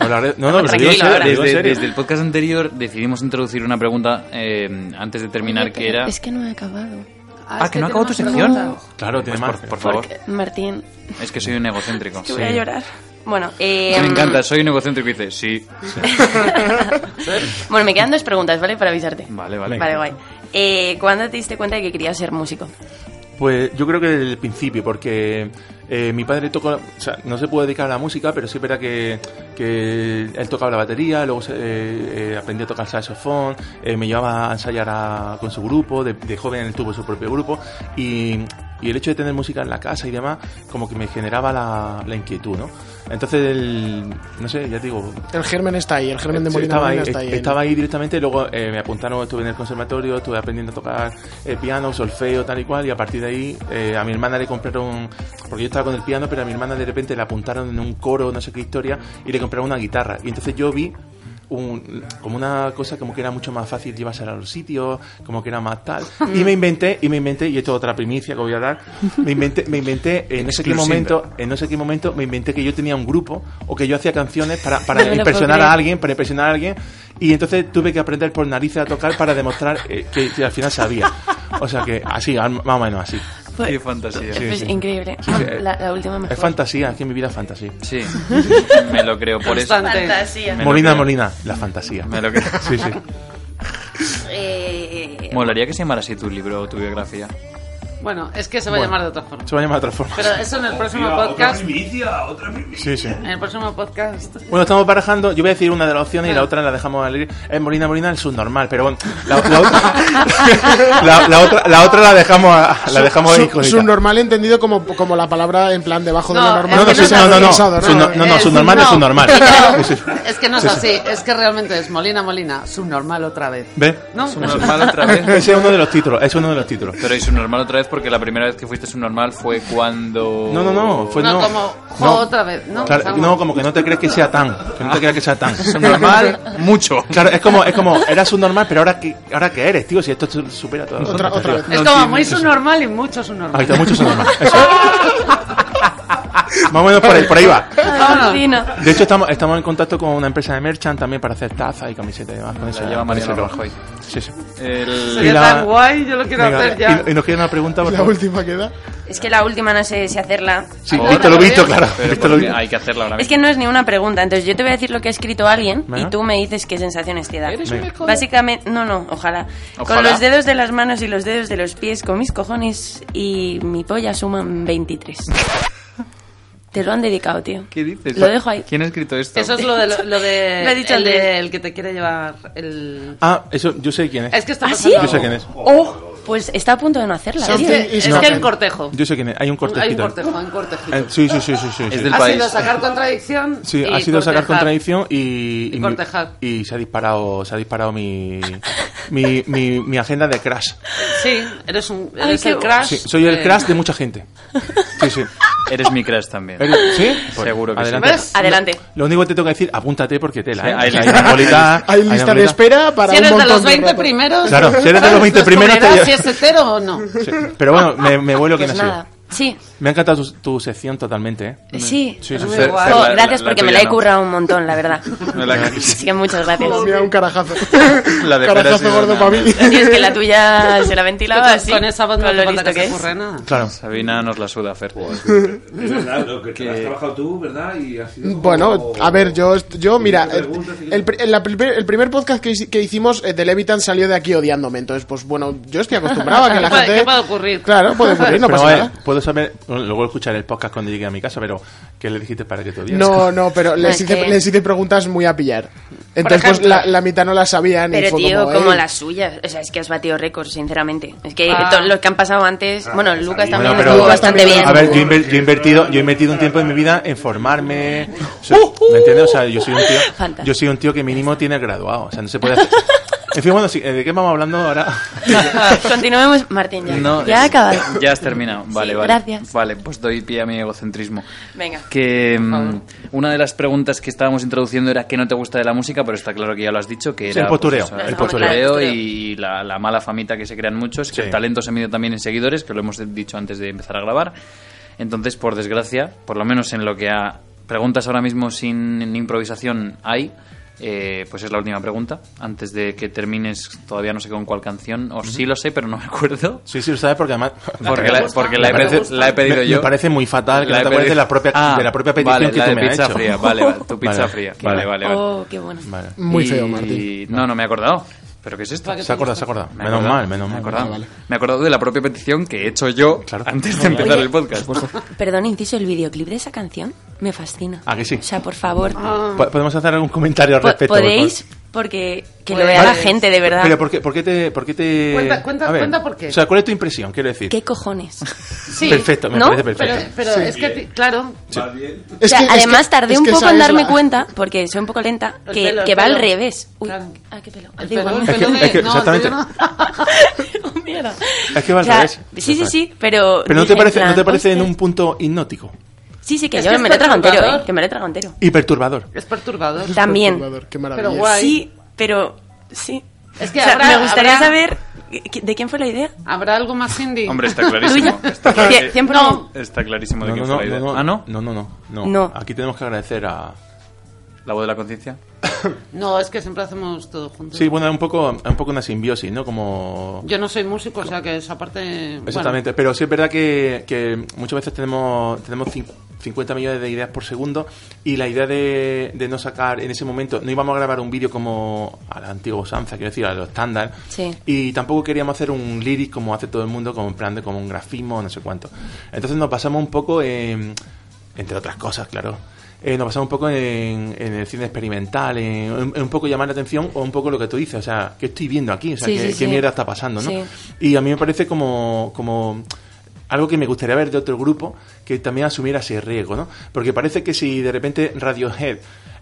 Speaker 4: Os lo agrade- No,
Speaker 10: Vamos,
Speaker 4: no, lo digo en
Speaker 10: tranquilo,
Speaker 4: serio,
Speaker 10: ahora.
Speaker 4: lo digo en
Speaker 2: Desde,
Speaker 4: serio.
Speaker 2: desde el podcast anterior decidimos introducir una pregunta eh, antes de terminar
Speaker 10: Oye,
Speaker 2: que
Speaker 10: pero
Speaker 2: era.
Speaker 10: Es que no he acabado.
Speaker 2: Ah,
Speaker 5: es
Speaker 2: que no acabó tu
Speaker 5: tenemos
Speaker 2: sección.
Speaker 5: preguntas.
Speaker 4: Claro, tiene
Speaker 2: Pues
Speaker 4: más.
Speaker 2: por, por favor.
Speaker 10: Martín,
Speaker 2: Es que soy un egocéntrico.
Speaker 10: que voy a llorar. Bueno, eh,
Speaker 2: Me encanta, soy un egocéntrico y dice, sí.
Speaker 10: mm, Bueno, me quedan dos preguntas, ¿vale? Para avisarte.
Speaker 2: Vale, vale.
Speaker 10: Vale, guay. Eh, ¿Cuándo te diste cuenta de que querías ser músico?
Speaker 4: Pues yo creo que desde el principio, porque eh, mi padre tocó, o sea, no se puede dedicar a la música, pero sí era que, que él tocaba la batería, luego se- eh, eh, aprendí a tocar saxofón, eh, me llevaba a ensayar a- con su grupo, de, de joven él tuvo su propio grupo, y, y el hecho de tener música en la casa y demás, como que me generaba la, la inquietud, ¿no? Entonces, el- no sé, ya te digo,
Speaker 7: El germen está ahí, el germen de
Speaker 4: Sí,
Speaker 7: Molina
Speaker 4: estaba, ahí,
Speaker 7: Molina está ahí. ¿no?
Speaker 4: estaba ahí directamente, luego eh, me apuntaron, estuve en el conservatorio, estuve aprendiendo a tocar eh, piano, solfeo, tal y cual, y a partir de ahí eh, a mi hermana le compraron, porque yo estaba con el piano, pero a mi hermana de repente le apuntaron en un coro, no sé qué historia, y le compraron una guitarra. Y entonces yo vi un- como una cosa como que era mucho más fácil llevarse a los sitios, como que era más tal. Y me inventé, y me inventé, y esto es otra primicia que voy a dar, me inventé, me inventé en no sé qué
Speaker 2: Exclusiva.
Speaker 4: momento, en no sé qué momento me inventé que yo tenía un grupo o que yo hacía canciones para, para
Speaker 10: No me lo
Speaker 4: impresionar
Speaker 10: puedo
Speaker 4: a
Speaker 10: creer.
Speaker 4: alguien, para impresionar a alguien, y entonces tuve que aprender por narices a tocar para demostrar eh, que, que al final sabía. O sea que así, al- más o menos así.
Speaker 2: Qué fantasía.
Speaker 10: Es pues,
Speaker 4: sí.
Speaker 10: increíble.
Speaker 6: Ah,
Speaker 4: sí.
Speaker 10: La, la última mejor.
Speaker 4: Es fantasía, es que en mi vida es fantasía.
Speaker 2: Sí, me lo creo. Por eso.
Speaker 5: Constante.
Speaker 10: Fantasía.
Speaker 2: Me lo
Speaker 4: Molina,
Speaker 2: creo.
Speaker 4: Molina, la fantasía.
Speaker 2: Me lo creo.
Speaker 4: Sí, sí.
Speaker 10: Eh,
Speaker 2: Molaría que se llamara así tu libro o tu biografía.
Speaker 5: Bueno, es que se va a llamar de otra forma.
Speaker 4: Se va a llamar de otra forma.
Speaker 5: Pero eso en el próximo
Speaker 9: Hostia, Otra
Speaker 5: podcast.
Speaker 9: "Oh, primicia, otra primicia.
Speaker 4: Sí, sí.
Speaker 5: En el próximo podcast. Ah.
Speaker 4: Bueno, estamos barajando. Yo voy a decir una de las opciones y la otra la dejamos al aire. Es Molina Molina el subnormal, pero bueno, la, la otra, la, la otra la otra la dejamos a- la dejamos ahí
Speaker 7: Sub-
Speaker 4: con
Speaker 7: subnormal entendido como, como la palabra en plan debajo de
Speaker 5: No,
Speaker 7: lo
Speaker 4: No,
Speaker 7: normal.
Speaker 4: no,
Speaker 5: Es que
Speaker 4: sí,
Speaker 5: no
Speaker 4: no, no, no,
Speaker 7: Pensado,
Speaker 4: Su- no, no, no,
Speaker 5: Es-
Speaker 4: subnormal es
Speaker 5: no.
Speaker 4: subnormal.
Speaker 5: Claro.
Speaker 4: Sí, sí.
Speaker 5: Es que no es así, es que realmente es Molina Molina, subnormal otra vez.
Speaker 4: ¿Ve?
Speaker 5: No,
Speaker 2: Subnormal otra vez.
Speaker 4: Ese es uno de los títulos, ese es uno de los títulos.
Speaker 2: Pero y subnormal otra vez porque la primera vez que fuiste subnormal fue cuando.
Speaker 4: No, no, no, fue
Speaker 5: No,
Speaker 4: no.
Speaker 5: como juego otra vez, ¿no?
Speaker 4: Claro,
Speaker 5: Vamos.
Speaker 4: no, como que no te crees que sea tan, que no te creas que sea tan.
Speaker 2: Subnormal, mucho.
Speaker 4: Claro, es como, es como, eras subnormal, pero ahora que, ahora que eres, tío, si esto su- supera todo.
Speaker 7: Otra, otra vez.
Speaker 5: Es como muy subnormal y mucho subnormal.
Speaker 4: Ahí está, mucho subnormal. Eso. Más o menos por ahí, por ahí va.
Speaker 10: Alucino.
Speaker 4: De hecho, estamos, estamos en contacto con una empresa de merchant también para hacer tazas y camisetas y demás. Con eso
Speaker 2: La lleva
Speaker 4: con
Speaker 2: Mariano
Speaker 4: eso lo-
Speaker 2: Rajoy.
Speaker 4: Sí, sí.
Speaker 2: El-
Speaker 5: Sería tan guay, yo lo quiero
Speaker 4: Venga,
Speaker 5: hacer ya.
Speaker 4: Y, y nos queda una pregunta. por
Speaker 7: La
Speaker 4: favor.
Speaker 7: última queda.
Speaker 6: Es que la última no sé si hacerla.
Speaker 4: Sí,
Speaker 2: Por-
Speaker 4: visto lo visto, claro.
Speaker 2: Pero
Speaker 4: visto lo
Speaker 2: porque
Speaker 4: visto.
Speaker 2: Hay que hacerla ahora
Speaker 6: Es
Speaker 2: mismo.
Speaker 6: que no es ni una pregunta, entonces yo te voy a decir lo que ha escrito alguien
Speaker 4: Venga.
Speaker 6: y tú me dices qué sensaciones te da.
Speaker 4: Venga.
Speaker 6: Básicamente, no, no, ojalá.
Speaker 2: Ojalá.
Speaker 6: Con los dedos de las manos y los dedos de los pies, con mis cojones y mi polla suman 23. te lo han dedicado, tío.
Speaker 2: ¿Qué dices?
Speaker 6: Lo dejo ahí.
Speaker 2: ¿Quién ha escrito esto?
Speaker 5: Eso es lo de... Lo, lo de
Speaker 6: Lo he dicho
Speaker 5: el, de-
Speaker 6: antes.
Speaker 5: el que te quiere llevar el...
Speaker 4: Ah, eso, yo sé quién es.
Speaker 5: Es que está
Speaker 6: ¿Ah,
Speaker 5: pasando
Speaker 6: sí?
Speaker 4: Yo sé
Speaker 5: algo.
Speaker 4: quién es.
Speaker 6: Oh, pues está a punto de no hacerla. ¿eh?
Speaker 5: Es
Speaker 6: tío.
Speaker 5: que, es
Speaker 7: No.
Speaker 5: que hay un cortejo.
Speaker 4: Yo sé quién es. Hay un cortejito.
Speaker 5: Hay un cortejo, hay un cortejito.
Speaker 4: Eh, sí, sí, sí, sí, sí. sí.
Speaker 2: del
Speaker 5: ha
Speaker 2: país.
Speaker 5: sido sacar contradicción
Speaker 4: Sí,
Speaker 5: y
Speaker 4: ha sido sacar
Speaker 5: cortejar.
Speaker 4: contradicción y,
Speaker 5: Y
Speaker 4: mi-
Speaker 5: cortejar.
Speaker 4: y se ha disparado, se ha disparado mi, mi, mi, mi agenda de crash.
Speaker 5: Sí, eres, un, eres
Speaker 6: qué
Speaker 5: el crash.
Speaker 4: Sí, soy el
Speaker 5: de-
Speaker 4: crash de mucha gente. Sí, sí.
Speaker 2: Eres mi crush también.
Speaker 4: Eres- ¿Sí? Pues,
Speaker 2: Seguro que sí.
Speaker 4: adelante.
Speaker 5: ¿Ves?
Speaker 6: Adelante.
Speaker 4: Lo único que te tengo que decir, apúntate porque tela.
Speaker 2: Sí,
Speaker 4: ¿eh?
Speaker 2: hay
Speaker 4: O sea,
Speaker 2: lista.
Speaker 4: Napolitá,
Speaker 7: Hay
Speaker 4: hay
Speaker 7: lista de
Speaker 4: Napolitá.
Speaker 7: espera para
Speaker 5: Si
Speaker 7: un
Speaker 5: eres de
Speaker 7: montón
Speaker 5: los 20
Speaker 7: rato.
Speaker 5: primeros...
Speaker 4: Claro, si eres de los 20 primeros, te
Speaker 5: descubrirás
Speaker 4: llevas-
Speaker 5: si es hetero o no.
Speaker 4: Sí, Pero bueno, me, me vuelo quién
Speaker 6: Pues
Speaker 4: ha sido.
Speaker 6: nada. Sí,
Speaker 4: Me ha encantado tu, tu sección totalmente, ¿eh?
Speaker 6: sí.
Speaker 4: Sí, sí,
Speaker 5: Muy
Speaker 4: sí.
Speaker 2: Fer-
Speaker 5: guay.
Speaker 2: Fer,
Speaker 6: Jo,
Speaker 2: la-
Speaker 6: gracias
Speaker 2: la- la
Speaker 6: porque me
Speaker 2: tuya
Speaker 6: la he
Speaker 2: no.
Speaker 6: currado un montón, la verdad.
Speaker 2: No, la-
Speaker 6: Así que muchas gracias.
Speaker 7: Mira, un carajazo.
Speaker 2: La de espera ha
Speaker 7: carajazo
Speaker 2: sido
Speaker 7: gordo
Speaker 2: una-
Speaker 7: para mí.
Speaker 6: Y es que la tuya se la ventilaba
Speaker 5: Con-
Speaker 6: así.
Speaker 5: Con esa voz no
Speaker 6: con lo
Speaker 5: hace falta que
Speaker 6: listo que
Speaker 5: se
Speaker 6: es.
Speaker 5: ocurra nada.
Speaker 4: Claro.
Speaker 2: Sabina nos la suda, Fer.
Speaker 9: Es verdad, lo que te has trabajado tú, ¿verdad? Y has sido como-
Speaker 7: Bueno, a ver, yo, est- yo mira,
Speaker 9: te
Speaker 7: eh,
Speaker 9: preguntas y-
Speaker 7: el, pri- en la primer- el primer podcast que, hici- que hicimos eh, de Levitan salió de aquí odiándome, entonces pues bueno, yo estoy acostumbrado a que
Speaker 5: ¿Qué
Speaker 7: la
Speaker 5: puede-
Speaker 7: gente...
Speaker 5: qué puede ocurrir?
Speaker 7: Claro, puede
Speaker 2: Pues
Speaker 7: ocurrir, no
Speaker 4: Pero,
Speaker 7: pasa
Speaker 4: eh,
Speaker 7: nada.
Speaker 4: Puedo saber, bueno, luego escuchar el podcast cuando llegue a mi casa, pero ¿qué le dijiste para que te odias?
Speaker 7: No, no, pero les
Speaker 6: Es
Speaker 7: hice,
Speaker 6: que-
Speaker 7: les hice preguntas muy a pillar. Entonces pues
Speaker 5: ejemplo.
Speaker 7: la, la mitad no la sabían y
Speaker 6: Pero
Speaker 7: fue
Speaker 6: tío,
Speaker 7: como... "Eh,
Speaker 6: como,
Speaker 7: "Ey".
Speaker 6: las suyas. O sea, es que has batido récords, sinceramente. Es que
Speaker 5: Ah.
Speaker 6: todos los que han pasado antes. bueno, Lucas
Speaker 9: está
Speaker 6: también
Speaker 4: Ah, Bueno,
Speaker 6: lo
Speaker 4: pero,
Speaker 6: estuvo bastante bien.
Speaker 4: A ver, yo, he inver- yo he invertido, yo he invertido un tiempo de mi vida en formarme. O sea, ¿Me entiendes? O sea, yo soy un tío,
Speaker 6: Uh, Fantástico.
Speaker 4: yo soy un tío que mínimo tiene graduado. O sea, no se puede hacer. En fin, bueno, sí, eh, ¿de qué vamos hablando ahora?
Speaker 6: Continuemos, Martín. Ya,
Speaker 2: No,
Speaker 6: ya ha
Speaker 2: es-
Speaker 6: acabado.
Speaker 2: Ya has terminado. Vale,
Speaker 6: Sí,
Speaker 2: vale.
Speaker 6: gracias.
Speaker 2: Vale, pues doy pie a mi egocentrismo.
Speaker 6: Venga.
Speaker 2: Que mm, una de las preguntas que estábamos introduciendo era qué no te gusta de la música, pero está claro que ya lo has dicho, que
Speaker 4: Sí,
Speaker 2: era
Speaker 4: el postureo,
Speaker 2: eso,
Speaker 4: el
Speaker 2: el
Speaker 4: postureo.
Speaker 2: postureo y la, la mala famita que se crean muchos, que
Speaker 4: Sí.
Speaker 2: el talento se mide también en seguidores, que lo hemos dicho antes de empezar a grabar. Entonces, por desgracia, por lo menos en lo que a preguntas ahora mismo sin improvisación hay, eh, pues es la última pregunta. Antes de que termines, todavía no sé con cuál canción, o sí lo sé, pero no me acuerdo.
Speaker 4: Sí, sí, lo sabes porque además.
Speaker 2: Porque la, porque la he,
Speaker 4: Me parece-
Speaker 2: pedi- la he pedido
Speaker 4: me- me
Speaker 2: yo.
Speaker 4: parece muy fatal que
Speaker 2: La
Speaker 4: no
Speaker 2: he
Speaker 4: te acuerdes
Speaker 2: pedido-
Speaker 4: de la propia-
Speaker 2: Ah,
Speaker 4: de la propia petición
Speaker 2: vale,
Speaker 4: que
Speaker 2: la
Speaker 4: tú
Speaker 2: de
Speaker 4: me has
Speaker 2: pizza
Speaker 4: hecho.
Speaker 2: fría, vale, vale, tu pizza
Speaker 4: Vale.
Speaker 2: fría. Vale, vale, vale.
Speaker 6: Oh, qué bueno.
Speaker 4: Vale.
Speaker 7: Muy
Speaker 2: Y-
Speaker 7: feo, Martín.
Speaker 2: No, no me he acordado. ¿Pero qué es esto?
Speaker 4: Se ha acordado, se ha acordado.
Speaker 2: Me he
Speaker 4: Menos
Speaker 2: acordado,
Speaker 4: mal, menos
Speaker 2: me he
Speaker 4: mal.
Speaker 2: acordado. Me he acordado de la propia petición que he hecho yo
Speaker 4: Claro.
Speaker 2: antes de empezar el podcast.
Speaker 6: Perdón, inciso, el videoclip de esa canción me fascina.
Speaker 4: ¿A Ah, que sí?
Speaker 6: O sea, por favor.
Speaker 4: Po- ¿Podemos hacer algún comentario al
Speaker 6: po-
Speaker 4: respecto? por favor?
Speaker 6: podéis, porque que lo
Speaker 5: Podéis.
Speaker 6: vea la
Speaker 5: Vale.
Speaker 6: gente, de verdad.
Speaker 4: Pero ¿por qué, por qué te...? Por qué te...
Speaker 5: Cuenta- cuenta-
Speaker 4: a ver,
Speaker 5: cuenta por qué.
Speaker 4: O sea, ¿cuál es tu impresión? Quiero decir.
Speaker 6: ¿Qué cojones?
Speaker 5: Sí,
Speaker 4: Perfecto, me
Speaker 6: ¿No?
Speaker 4: parece
Speaker 5: Pero,
Speaker 4: perfecto.
Speaker 5: pero es que, ti- claro,
Speaker 9: Va bien.
Speaker 7: Es
Speaker 6: O sea,
Speaker 7: que- es
Speaker 6: además
Speaker 7: que-
Speaker 6: tardé
Speaker 7: es
Speaker 6: un
Speaker 7: que
Speaker 6: poco
Speaker 7: esa
Speaker 6: en
Speaker 7: es
Speaker 6: darme
Speaker 7: la-
Speaker 6: cuenta, porque soy un poco lenta,
Speaker 5: El
Speaker 6: que,
Speaker 5: pelo, el
Speaker 6: que va al
Speaker 5: pelo.
Speaker 6: revés. Uy,
Speaker 5: Claro.
Speaker 6: ah, qué pelo.
Speaker 5: el
Speaker 6: Da igual.
Speaker 5: pelo, el
Speaker 4: Es que-
Speaker 5: pelo de-
Speaker 4: es que
Speaker 5: no, el
Speaker 4: exactamente.
Speaker 5: pelo no.
Speaker 6: Oh, mierda.
Speaker 4: Es que va al
Speaker 6: O sea,
Speaker 4: revés.
Speaker 6: Sí, sí, sí, pero...
Speaker 4: Pero no
Speaker 6: dije
Speaker 4: te
Speaker 6: en
Speaker 4: parece, no
Speaker 6: plan,
Speaker 4: te parece en
Speaker 6: hostia.
Speaker 4: un punto hipnótico
Speaker 6: Sí, sí, que
Speaker 5: Es
Speaker 6: yo
Speaker 5: que es
Speaker 6: me lo he tragado entero,
Speaker 5: perturbador.
Speaker 6: eh, que me lo he tragado entero.
Speaker 4: y perturbador.
Speaker 5: es perturbador.
Speaker 6: También.
Speaker 7: Perturbador, Qué maravilla.
Speaker 5: Pero guay.
Speaker 6: Sí, pero... Sí.
Speaker 5: Es que
Speaker 6: O sea,
Speaker 5: habrá-
Speaker 6: me gustaría
Speaker 5: habrá- Ah,
Speaker 6: saber qui- de quién fue la idea.
Speaker 5: ¿Habrá algo más indie?
Speaker 2: Hombre, está clarísimo. Está,
Speaker 6: Cien-
Speaker 2: clarísimo.
Speaker 6: 100%.
Speaker 2: Está clarísimo de
Speaker 4: No,
Speaker 2: quién fue
Speaker 4: no, no,
Speaker 2: la idea.
Speaker 4: no, no.
Speaker 2: Ah, ¿no?
Speaker 4: No, no, no. No.
Speaker 6: No.
Speaker 4: Aquí tenemos que agradecer a...
Speaker 2: La voz de la conciencia.
Speaker 5: No, es que siempre hacemos todo juntos.
Speaker 4: Sí, bueno, un poco, un poco una simbiosis, ¿no? Como...
Speaker 5: Yo no soy músico, o sea que esa parte... bueno,
Speaker 4: Exactamente, pero sí es verdad que, que muchas veces tenemos, tenemos cin- 50 millones de ideas por segundo y la idea de, de no sacar en ese momento, no íbamos a grabar un vídeo como a la antigua usanza, quiero decir, a lo estándar,
Speaker 6: Sí.
Speaker 4: y tampoco queríamos hacer un lyric como hace todo el mundo, como en plan de como un grafismo, no sé cuánto. Entonces nos pasamos un poco en- entre otras cosas, claro. eh, nos pasamos un poco en, en el cine experimental, en, en un poco llamar la atención o un poco lo que tú dices, o sea, ¿qué estoy viendo aquí? O sea,
Speaker 6: Sí,
Speaker 4: ¿qué,
Speaker 6: sí,
Speaker 4: qué
Speaker 6: sí.
Speaker 4: mierda está pasando? ¿no?
Speaker 6: Sí.
Speaker 4: Y a mí me parece como, como algo que me gustaría ver de otro grupo que también asumiera ese riesgo, ¿no? Porque parece que si de repente Radiohead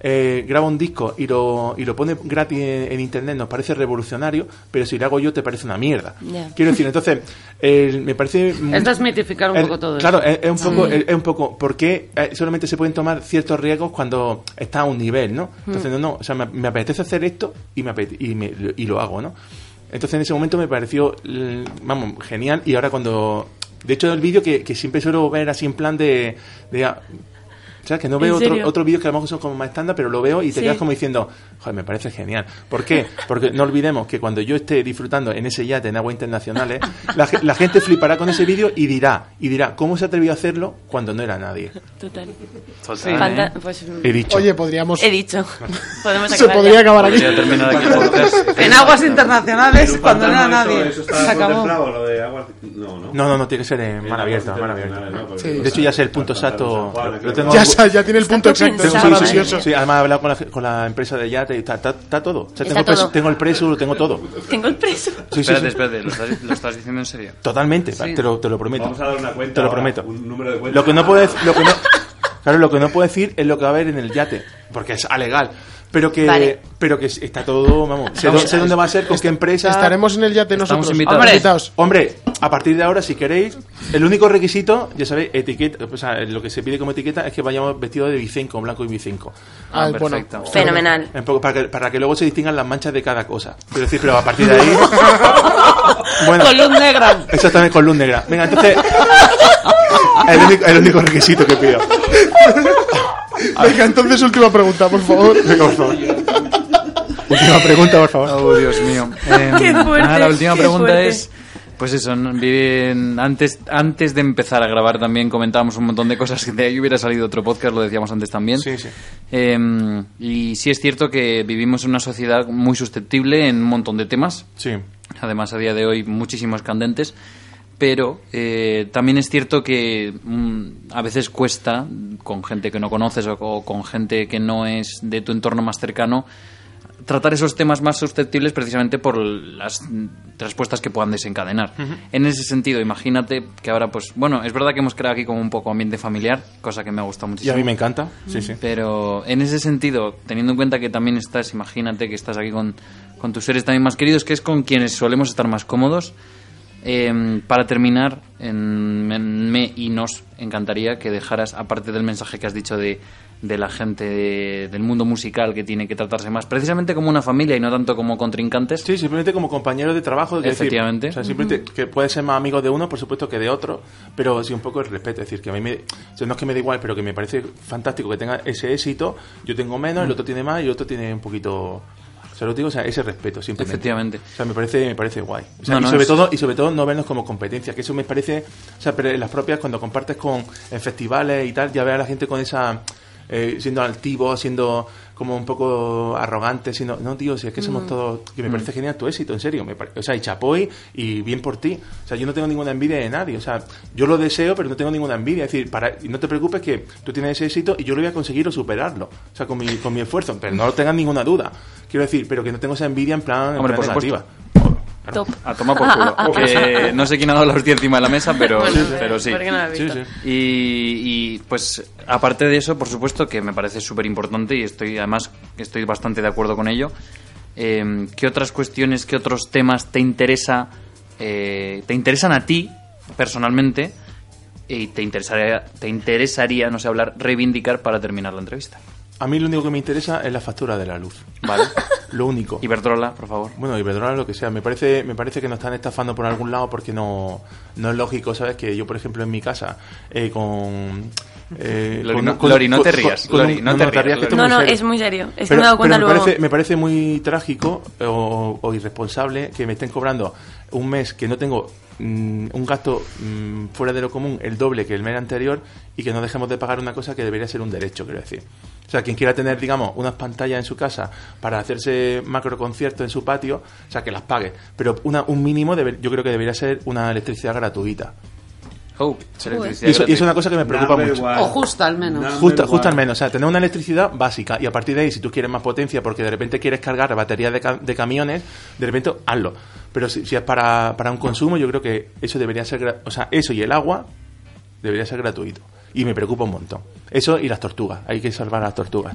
Speaker 4: eh, graba un disco y lo, y lo pone gratis en, en internet nos parece revolucionario, pero si lo hago yo te parece una mierda.
Speaker 6: Ya.
Speaker 4: Quiero decir, entonces, eh, me parece...
Speaker 5: Es desmitificar un
Speaker 4: Eh,
Speaker 5: poco todo
Speaker 4: Claro,
Speaker 5: eso.
Speaker 4: es, es un poco, es, es un poco porque solamente se pueden tomar ciertos riesgos cuando está a un nivel, ¿no?
Speaker 5: Mm.
Speaker 4: Entonces, no, no, o sea, me, me apetece hacer esto y, me apete- y, me- y lo hago, ¿no? Entonces, en ese momento me pareció, l- vamos, genial. Y ahora cuando... De hecho, el vídeo que, que siempre suelo ver así en plan de... de, ah, o ¿Sabes? Que no
Speaker 11: ¿En
Speaker 4: veo otro,
Speaker 11: serio?
Speaker 4: otro vídeos que a lo mejor son como más estándar, pero lo veo y
Speaker 11: Sí.
Speaker 4: te quedas como diciendo, joder, me parece genial. ¿Por qué? Porque no olvidemos que cuando yo esté disfrutando en ese yate en aguas internacionales, la, ge- la gente flipará con ese vídeo y dirá, y dirá, ¿cómo se atrevió a hacerlo cuando no era nadie?
Speaker 10: Total.
Speaker 4: Sí.
Speaker 10: Fanta- pues, mm,
Speaker 4: He dicho.
Speaker 7: Oye, podríamos.
Speaker 10: He dicho. Podemos
Speaker 7: Se
Speaker 10: acabar
Speaker 7: podría
Speaker 10: ya.
Speaker 7: acabar aquí.
Speaker 2: Podría terminar aquí el podcast.
Speaker 5: En aguas internacionales, cuando no era
Speaker 9: Fantasma,
Speaker 5: nadie.
Speaker 9: Eso, eso
Speaker 5: Se
Speaker 9: está
Speaker 5: acabó.
Speaker 9: contemplado, lo de agua. No, no.
Speaker 4: No, no, no, tiene que ser en mar abierto, mar abierto. De hecho, ya sé el punto exacto. lo tengo-
Speaker 7: Ya sa- ya tiene el punto
Speaker 4: Tengo-
Speaker 7: exacto,
Speaker 4: sí,
Speaker 7: está
Speaker 4: sí, sí,
Speaker 6: ¿eh?
Speaker 7: maravilloso.
Speaker 4: sí, además he hablado con la, con la empresa de yate y está, está- está todo. O sea, tengo,
Speaker 10: Está
Speaker 4: el preso,
Speaker 10: todo.
Speaker 4: tengo el preso, lo tengo todo.
Speaker 10: Tengo el preso.
Speaker 4: Sí, sí,
Speaker 2: espérate,
Speaker 4: sí.
Speaker 2: espérate, ¿lo estás, lo estás diciendo en serio?
Speaker 4: Totalmente,
Speaker 2: Sí.
Speaker 4: te, lo, te lo prometo.
Speaker 2: Vamos a dar una cuenta
Speaker 4: Te lo
Speaker 2: ahora,
Speaker 4: prometo.
Speaker 2: un número de cuenta.
Speaker 4: Lo que no puedes, lo que no, claro, lo que no puedo decir es lo que va a haber en el yate, porque es alegal. Pero que,
Speaker 7: Vale.
Speaker 4: pero que está todo, vamos, sé,
Speaker 7: Vamos,
Speaker 4: dó- sé dónde va a ser, con qué empresa.
Speaker 7: Estaremos en el yate
Speaker 4: Estamos
Speaker 7: nosotros. ah,
Speaker 4: invitados.
Speaker 7: Hombre.
Speaker 4: Hombre, a partir de ahora, si queréis, el único requisito, ya sabéis, etiqueta, o sea, lo que se pide como etiqueta es que vayamos vestidos de bicenco, blanco y bicenco.
Speaker 7: Ah, Ah, bueno. perfecto.
Speaker 10: Fenomenal.
Speaker 4: Un poco para, que, para que luego se distingan las manchas de cada cosa. Quiero decir, pero a partir de ahí. bueno,
Speaker 5: Con luz negra.
Speaker 4: Exactamente, con luz negra. Venga, entonces. El único, el único requisito que pido.
Speaker 7: Venga, entonces última pregunta, por favor.
Speaker 4: Venga, por favor. Última pregunta, por favor.
Speaker 2: Oh, Dios mío. Eh,
Speaker 7: Qué fuerte,
Speaker 2: nada, la última
Speaker 7: qué
Speaker 2: pregunta
Speaker 7: fuerte.
Speaker 2: es. Pues eso, ¿no? Viven- antes, antes de empezar a grabar también comentábamos un montón de cosas que de ahí hubiera salido otro podcast, lo decíamos antes también. Eh, y sí es cierto que vivimos en una sociedad muy susceptible en un montón de temas.
Speaker 4: Sí.
Speaker 2: Además, a día de hoy, muchísimos candentes. Pero eh, también es cierto que mm, a veces cuesta, con gente que no conoces o- o con gente que no es de tu entorno más cercano, tratar esos temas más susceptibles precisamente por las mm, respuestas que puedan desencadenar.
Speaker 11: Ujú.
Speaker 2: En ese sentido, imagínate que ahora, pues, bueno, es verdad que hemos creado aquí como un poco ambiente familiar, cosa que me gusta muchísimo.
Speaker 4: Y a mí me encanta, sí, sí.
Speaker 2: Pero en ese sentido, teniendo en cuenta que también estás, imagínate que estás aquí con, con tus seres también más queridos, que es con quienes solemos estar más cómodos, eh, para terminar, en- en- me y nos encantaría que dejaras, aparte del mensaje que has dicho de, de la gente de- del mundo musical que tiene que tratarse más, precisamente como una familia y no tanto como contrincantes.
Speaker 4: Sí, simplemente como compañeros de trabajo. Es decir,
Speaker 2: Efectivamente.
Speaker 4: o sea, simplemente que puedes ser más amigo de uno, por supuesto, que de otro, pero sí un poco el respeto. Es decir, que a mí me, o sea, no es que me da igual, pero que me parece fantástico que tenga ese éxito. Yo tengo menos, el otro tiene más y el otro tiene un poquito. O sea, lo digo, o sea, ese respeto, simplemente.
Speaker 2: Efectivamente.
Speaker 4: O sea, me parece, me parece guay. O sea,
Speaker 2: No,
Speaker 4: y,
Speaker 2: no,
Speaker 4: sobre
Speaker 2: es-
Speaker 4: todo, y sobre todo no vernos como competencia, que eso me parece... O sea, pero en las propias, cuando compartes con en festivales y tal, ya ver a la gente con esa... eh, siendo altivo, siendo como un poco arrogante, sino... No, tío, si es que somos
Speaker 11: Mm.
Speaker 4: todos... Que me
Speaker 11: Mm.
Speaker 4: parece genial tu éxito, en serio. Me pare- o sea, y chapoy y bien por ti. O sea, yo no tengo ninguna envidia de nadie. O sea, yo lo deseo, pero no tengo ninguna envidia. Es decir, para, y no te preocupes que tú tienes ese éxito y yo lo voy a conseguir o superarlo. O sea, con mi, con mi esfuerzo. Pero no tengas ninguna duda. Quiero decir, pero que no tengo esa envidia en plan, en
Speaker 2: Hombre,
Speaker 4: plan
Speaker 2: por supuesto.
Speaker 4: negativa.
Speaker 10: Top.
Speaker 2: A tomar por culo. Que no sé quién ha dado la hostia encima de la mesa, pero,
Speaker 10: Bueno, sí, sí.
Speaker 2: pero sí.
Speaker 10: ¿por qué no la has visto? Sí,
Speaker 2: Y, y, pues aparte de eso, por supuesto, que me parece súper importante y estoy además estoy bastante de acuerdo con ello. eh, ¿Qué otras cuestiones, qué otros temas te interesa, eh, te interesan a ti personalmente y te interesaría, te interesaría, no sé, hablar, reivindicar para terminar la entrevista?
Speaker 4: A mí lo único que me interesa es la factura de la luz. Vale. Lo único.
Speaker 2: Iberdrola, por favor.
Speaker 4: Bueno, Iberdrola, lo que sea. Me parece, me parece que nos están estafando por algún lado porque no, no es lógico, ¿sabes? Que yo, por ejemplo, en mi casa, eh, con. eh,
Speaker 2: Lori,
Speaker 4: con-
Speaker 2: no-
Speaker 4: con-
Speaker 2: Lori, no
Speaker 4: con-
Speaker 2: te
Speaker 4: con-
Speaker 2: rías.
Speaker 4: con-
Speaker 2: Lori, no te rías,
Speaker 4: que esto
Speaker 10: Lori. No, no,
Speaker 4: serio.
Speaker 10: es muy serio. Es que
Speaker 4: Pero-
Speaker 10: me he dado cuenta
Speaker 4: pero
Speaker 10: luego.
Speaker 4: Me parece, me parece muy trágico eh, o, o irresponsable que me estén cobrando un mes que no tengo mm, un gasto mm, fuera de lo común, el doble que el mes anterior, y que no dejemos de pagar una cosa que debería ser un derecho, quiero decir. O sea, quien quiera tener, digamos, unas pantallas en su casa para hacerse macro concierto en su patio, o sea, que las pague. Pero una, un mínimo, debe- yo creo que debería ser una electricidad gratuita.
Speaker 2: Oh,
Speaker 4: Y eso, y eso es una cosa que me preocupa
Speaker 9: Dame
Speaker 4: mucho.
Speaker 9: igual.
Speaker 5: O justa, al menos. Dame
Speaker 4: Justa,
Speaker 5: igual.
Speaker 4: justa al menos, o sea, tener una electricidad básica y a partir de ahí, si tú quieres más potencia porque de repente quieres cargar baterías de, ca- de camiones, de repente hazlo. Pero si, si es para, para un consumo, yo creo que eso debería ser, gra- o sea, eso y el agua debería ser gratuito. Y me preocupa un montón. Eso y las tortugas, hay que salvar a las tortugas.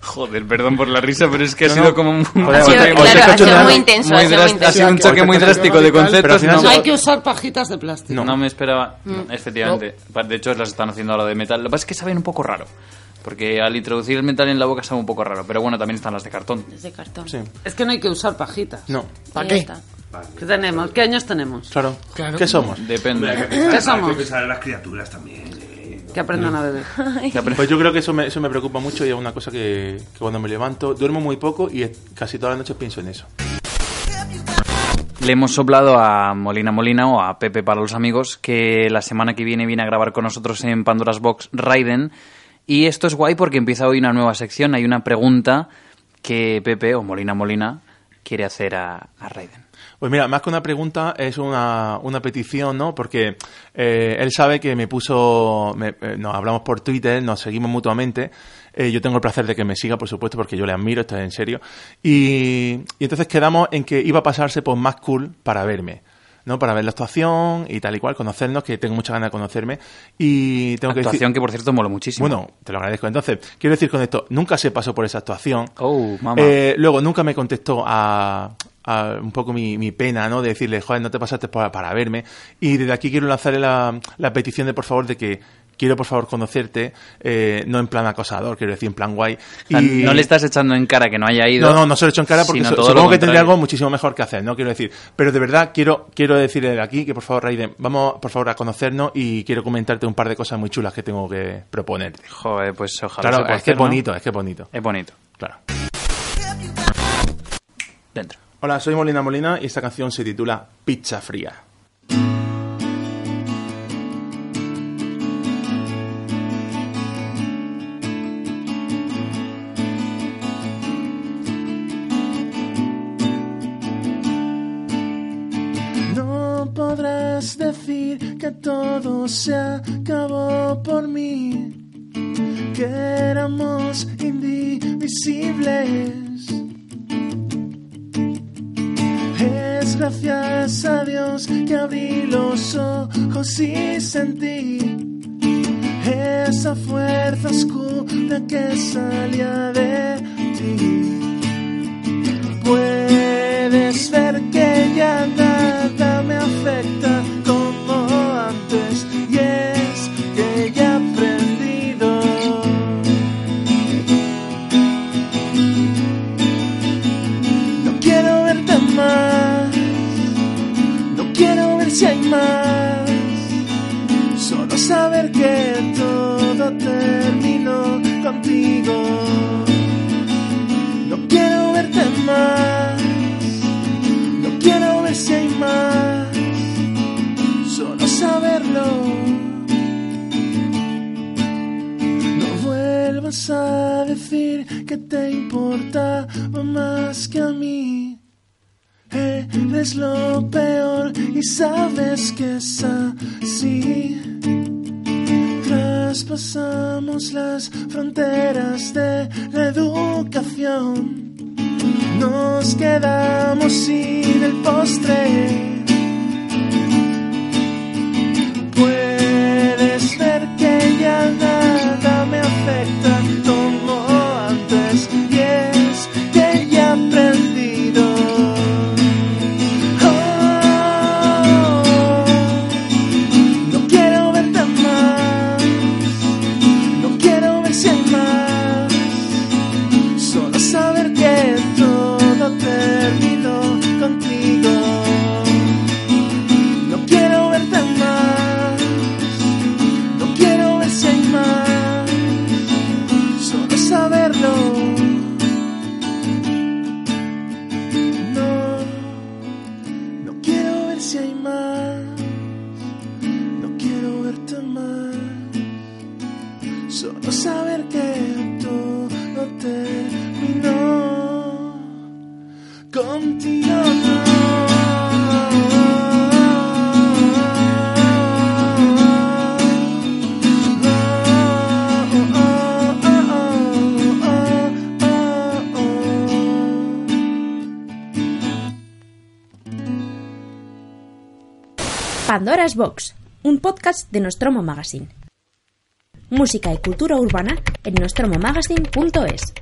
Speaker 2: Joder, perdón por la risa, pero es que ha
Speaker 4: No,
Speaker 2: sido
Speaker 4: no.
Speaker 2: como un...
Speaker 4: Ha sido- claro, ha sido
Speaker 2: cachondeo.
Speaker 4: muy intenso, ha sido muy
Speaker 2: drástico,
Speaker 4: intenso.
Speaker 2: ha sido un choque muy drástico de
Speaker 4: Pero al
Speaker 2: conceptos.
Speaker 4: final
Speaker 2: no.
Speaker 5: Hay que usar pajitas de plástico.
Speaker 2: No, me esperaba.
Speaker 5: Mm.
Speaker 2: No, Efectivamente. De hecho, las están haciendo ahora de metal. Lo que pasa es que saben un poco raro. Porque al introducir el metal en la boca sabe un poco raro. Pero bueno, también están las de cartón.
Speaker 10: Es de cartón.
Speaker 5: Es que no hay que usar pajitas.
Speaker 4: No.
Speaker 10: ¿Para qué?
Speaker 5: ¿Qué tenemos? ¿Qué años tenemos?
Speaker 4: Claro. ¿Qué somos?
Speaker 2: Depende.
Speaker 9: Hombre, hay que pensar-
Speaker 5: ¿Qué somos?
Speaker 9: Hay que pensar en las criaturas también. eh, ¿no?
Speaker 5: Que aprendan a beber.
Speaker 4: Pues yo creo que eso me, eso me preocupa mucho y es una cosa que, que cuando me levanto duermo muy poco y es- casi todas las noches pienso en eso.
Speaker 2: Le hemos soplado a Molina Molina o a Pepe para los amigos que la semana que viene viene a grabar con nosotros en Pandora's Box Raiden. Y esto es guay porque empieza hoy una nueva sección. Hay una pregunta que Pepe o Molina Molina quiere hacer a, a Raiden.
Speaker 4: Pues mira, más que una pregunta, es una, una petición, ¿no? Porque eh, él sabe que me puso. me- eh, nos hablamos por Twitter, nos seguimos mutuamente. Eh, yo tengo el placer de que me siga, por supuesto, porque yo le admiro, esto es en serio. Y, y entonces quedamos en que iba a pasarse por más cool para verme. ¿no? Para ver la actuación y tal y cual, conocernos, que tengo muchas ganas de conocerme. Y tengo que
Speaker 2: Actuación
Speaker 4: decir...
Speaker 2: que, por cierto, mola muchísimo.
Speaker 4: Bueno, te lo agradezco. Entonces, quiero decir con esto, nunca se pasó por esa actuación.
Speaker 2: Oh, mamá.
Speaker 4: Eh, luego, nunca me contestó a, a un poco mi, mi pena, ¿no? De decirle, joder, no te pasaste para, para verme. Y desde aquí quiero lanzarle la, la petición de, por favor, de que quiero, por favor, conocerte, eh, no en plan acosador, quiero decir, en plan guay.
Speaker 2: O sea,
Speaker 4: Y-
Speaker 2: No le estás echando en cara que no haya ido.
Speaker 4: no, no, no se lo echo en cara porque
Speaker 2: sino
Speaker 4: su-
Speaker 2: todo lo
Speaker 4: supongo que
Speaker 2: contrario.
Speaker 4: tendría algo muchísimo mejor que hacer, ¿no? Quiero decir. Pero de verdad quiero, quiero decirle de aquí que por favor, Raiden, vamos por favor a conocernos y quiero comentarte un par de cosas muy chulas que tengo que proponerte.
Speaker 2: Joder, pues ojalá. se
Speaker 4: Claro,
Speaker 2: pueda
Speaker 4: es que
Speaker 2: hacer,
Speaker 4: es
Speaker 2: ¿no?
Speaker 4: bonito, es que es bonito.
Speaker 2: Es bonito.
Speaker 4: Claro.
Speaker 2: Dentro.
Speaker 4: Hola, soy Molina Molina y esta canción se titula Pizza Fría.
Speaker 1: No podrás decir que todo se acabó por mí, que éramos indivisibles. Es gracias a Dios que abrí los ojos y sentí esa fuerza oscura que salía de ti. Puedes ver que ya nada me afecta como antes y es que ya he aprendido No quiero verte más, no quiero ver si hay más Solo saber que todo terminó contigo no quiero verte más, no quiero ver si hay más, solo saberlo. No vuelvas a decir que te importa más que a mí. Eres lo peor y sabes que es así. Traspasamos las fronteras de la educación. Nos quedamos sin el postre. Puedes ver que ya nada me afecta como antes. Y es que ya he aprendido. Oh, no quiero verte más, no quiero ver si hay más, solo saber que todo terminó contigo. No quiero verte más, no quiero ver si hay más, solo saberlo. No, no quiero ver si hay más. No quiero verte más, solo saber que todo terminó contigo.
Speaker 3: Pandora's Box, un podcast de Nostromo Magazine. Música y cultura urbana en nostromomagazine.es.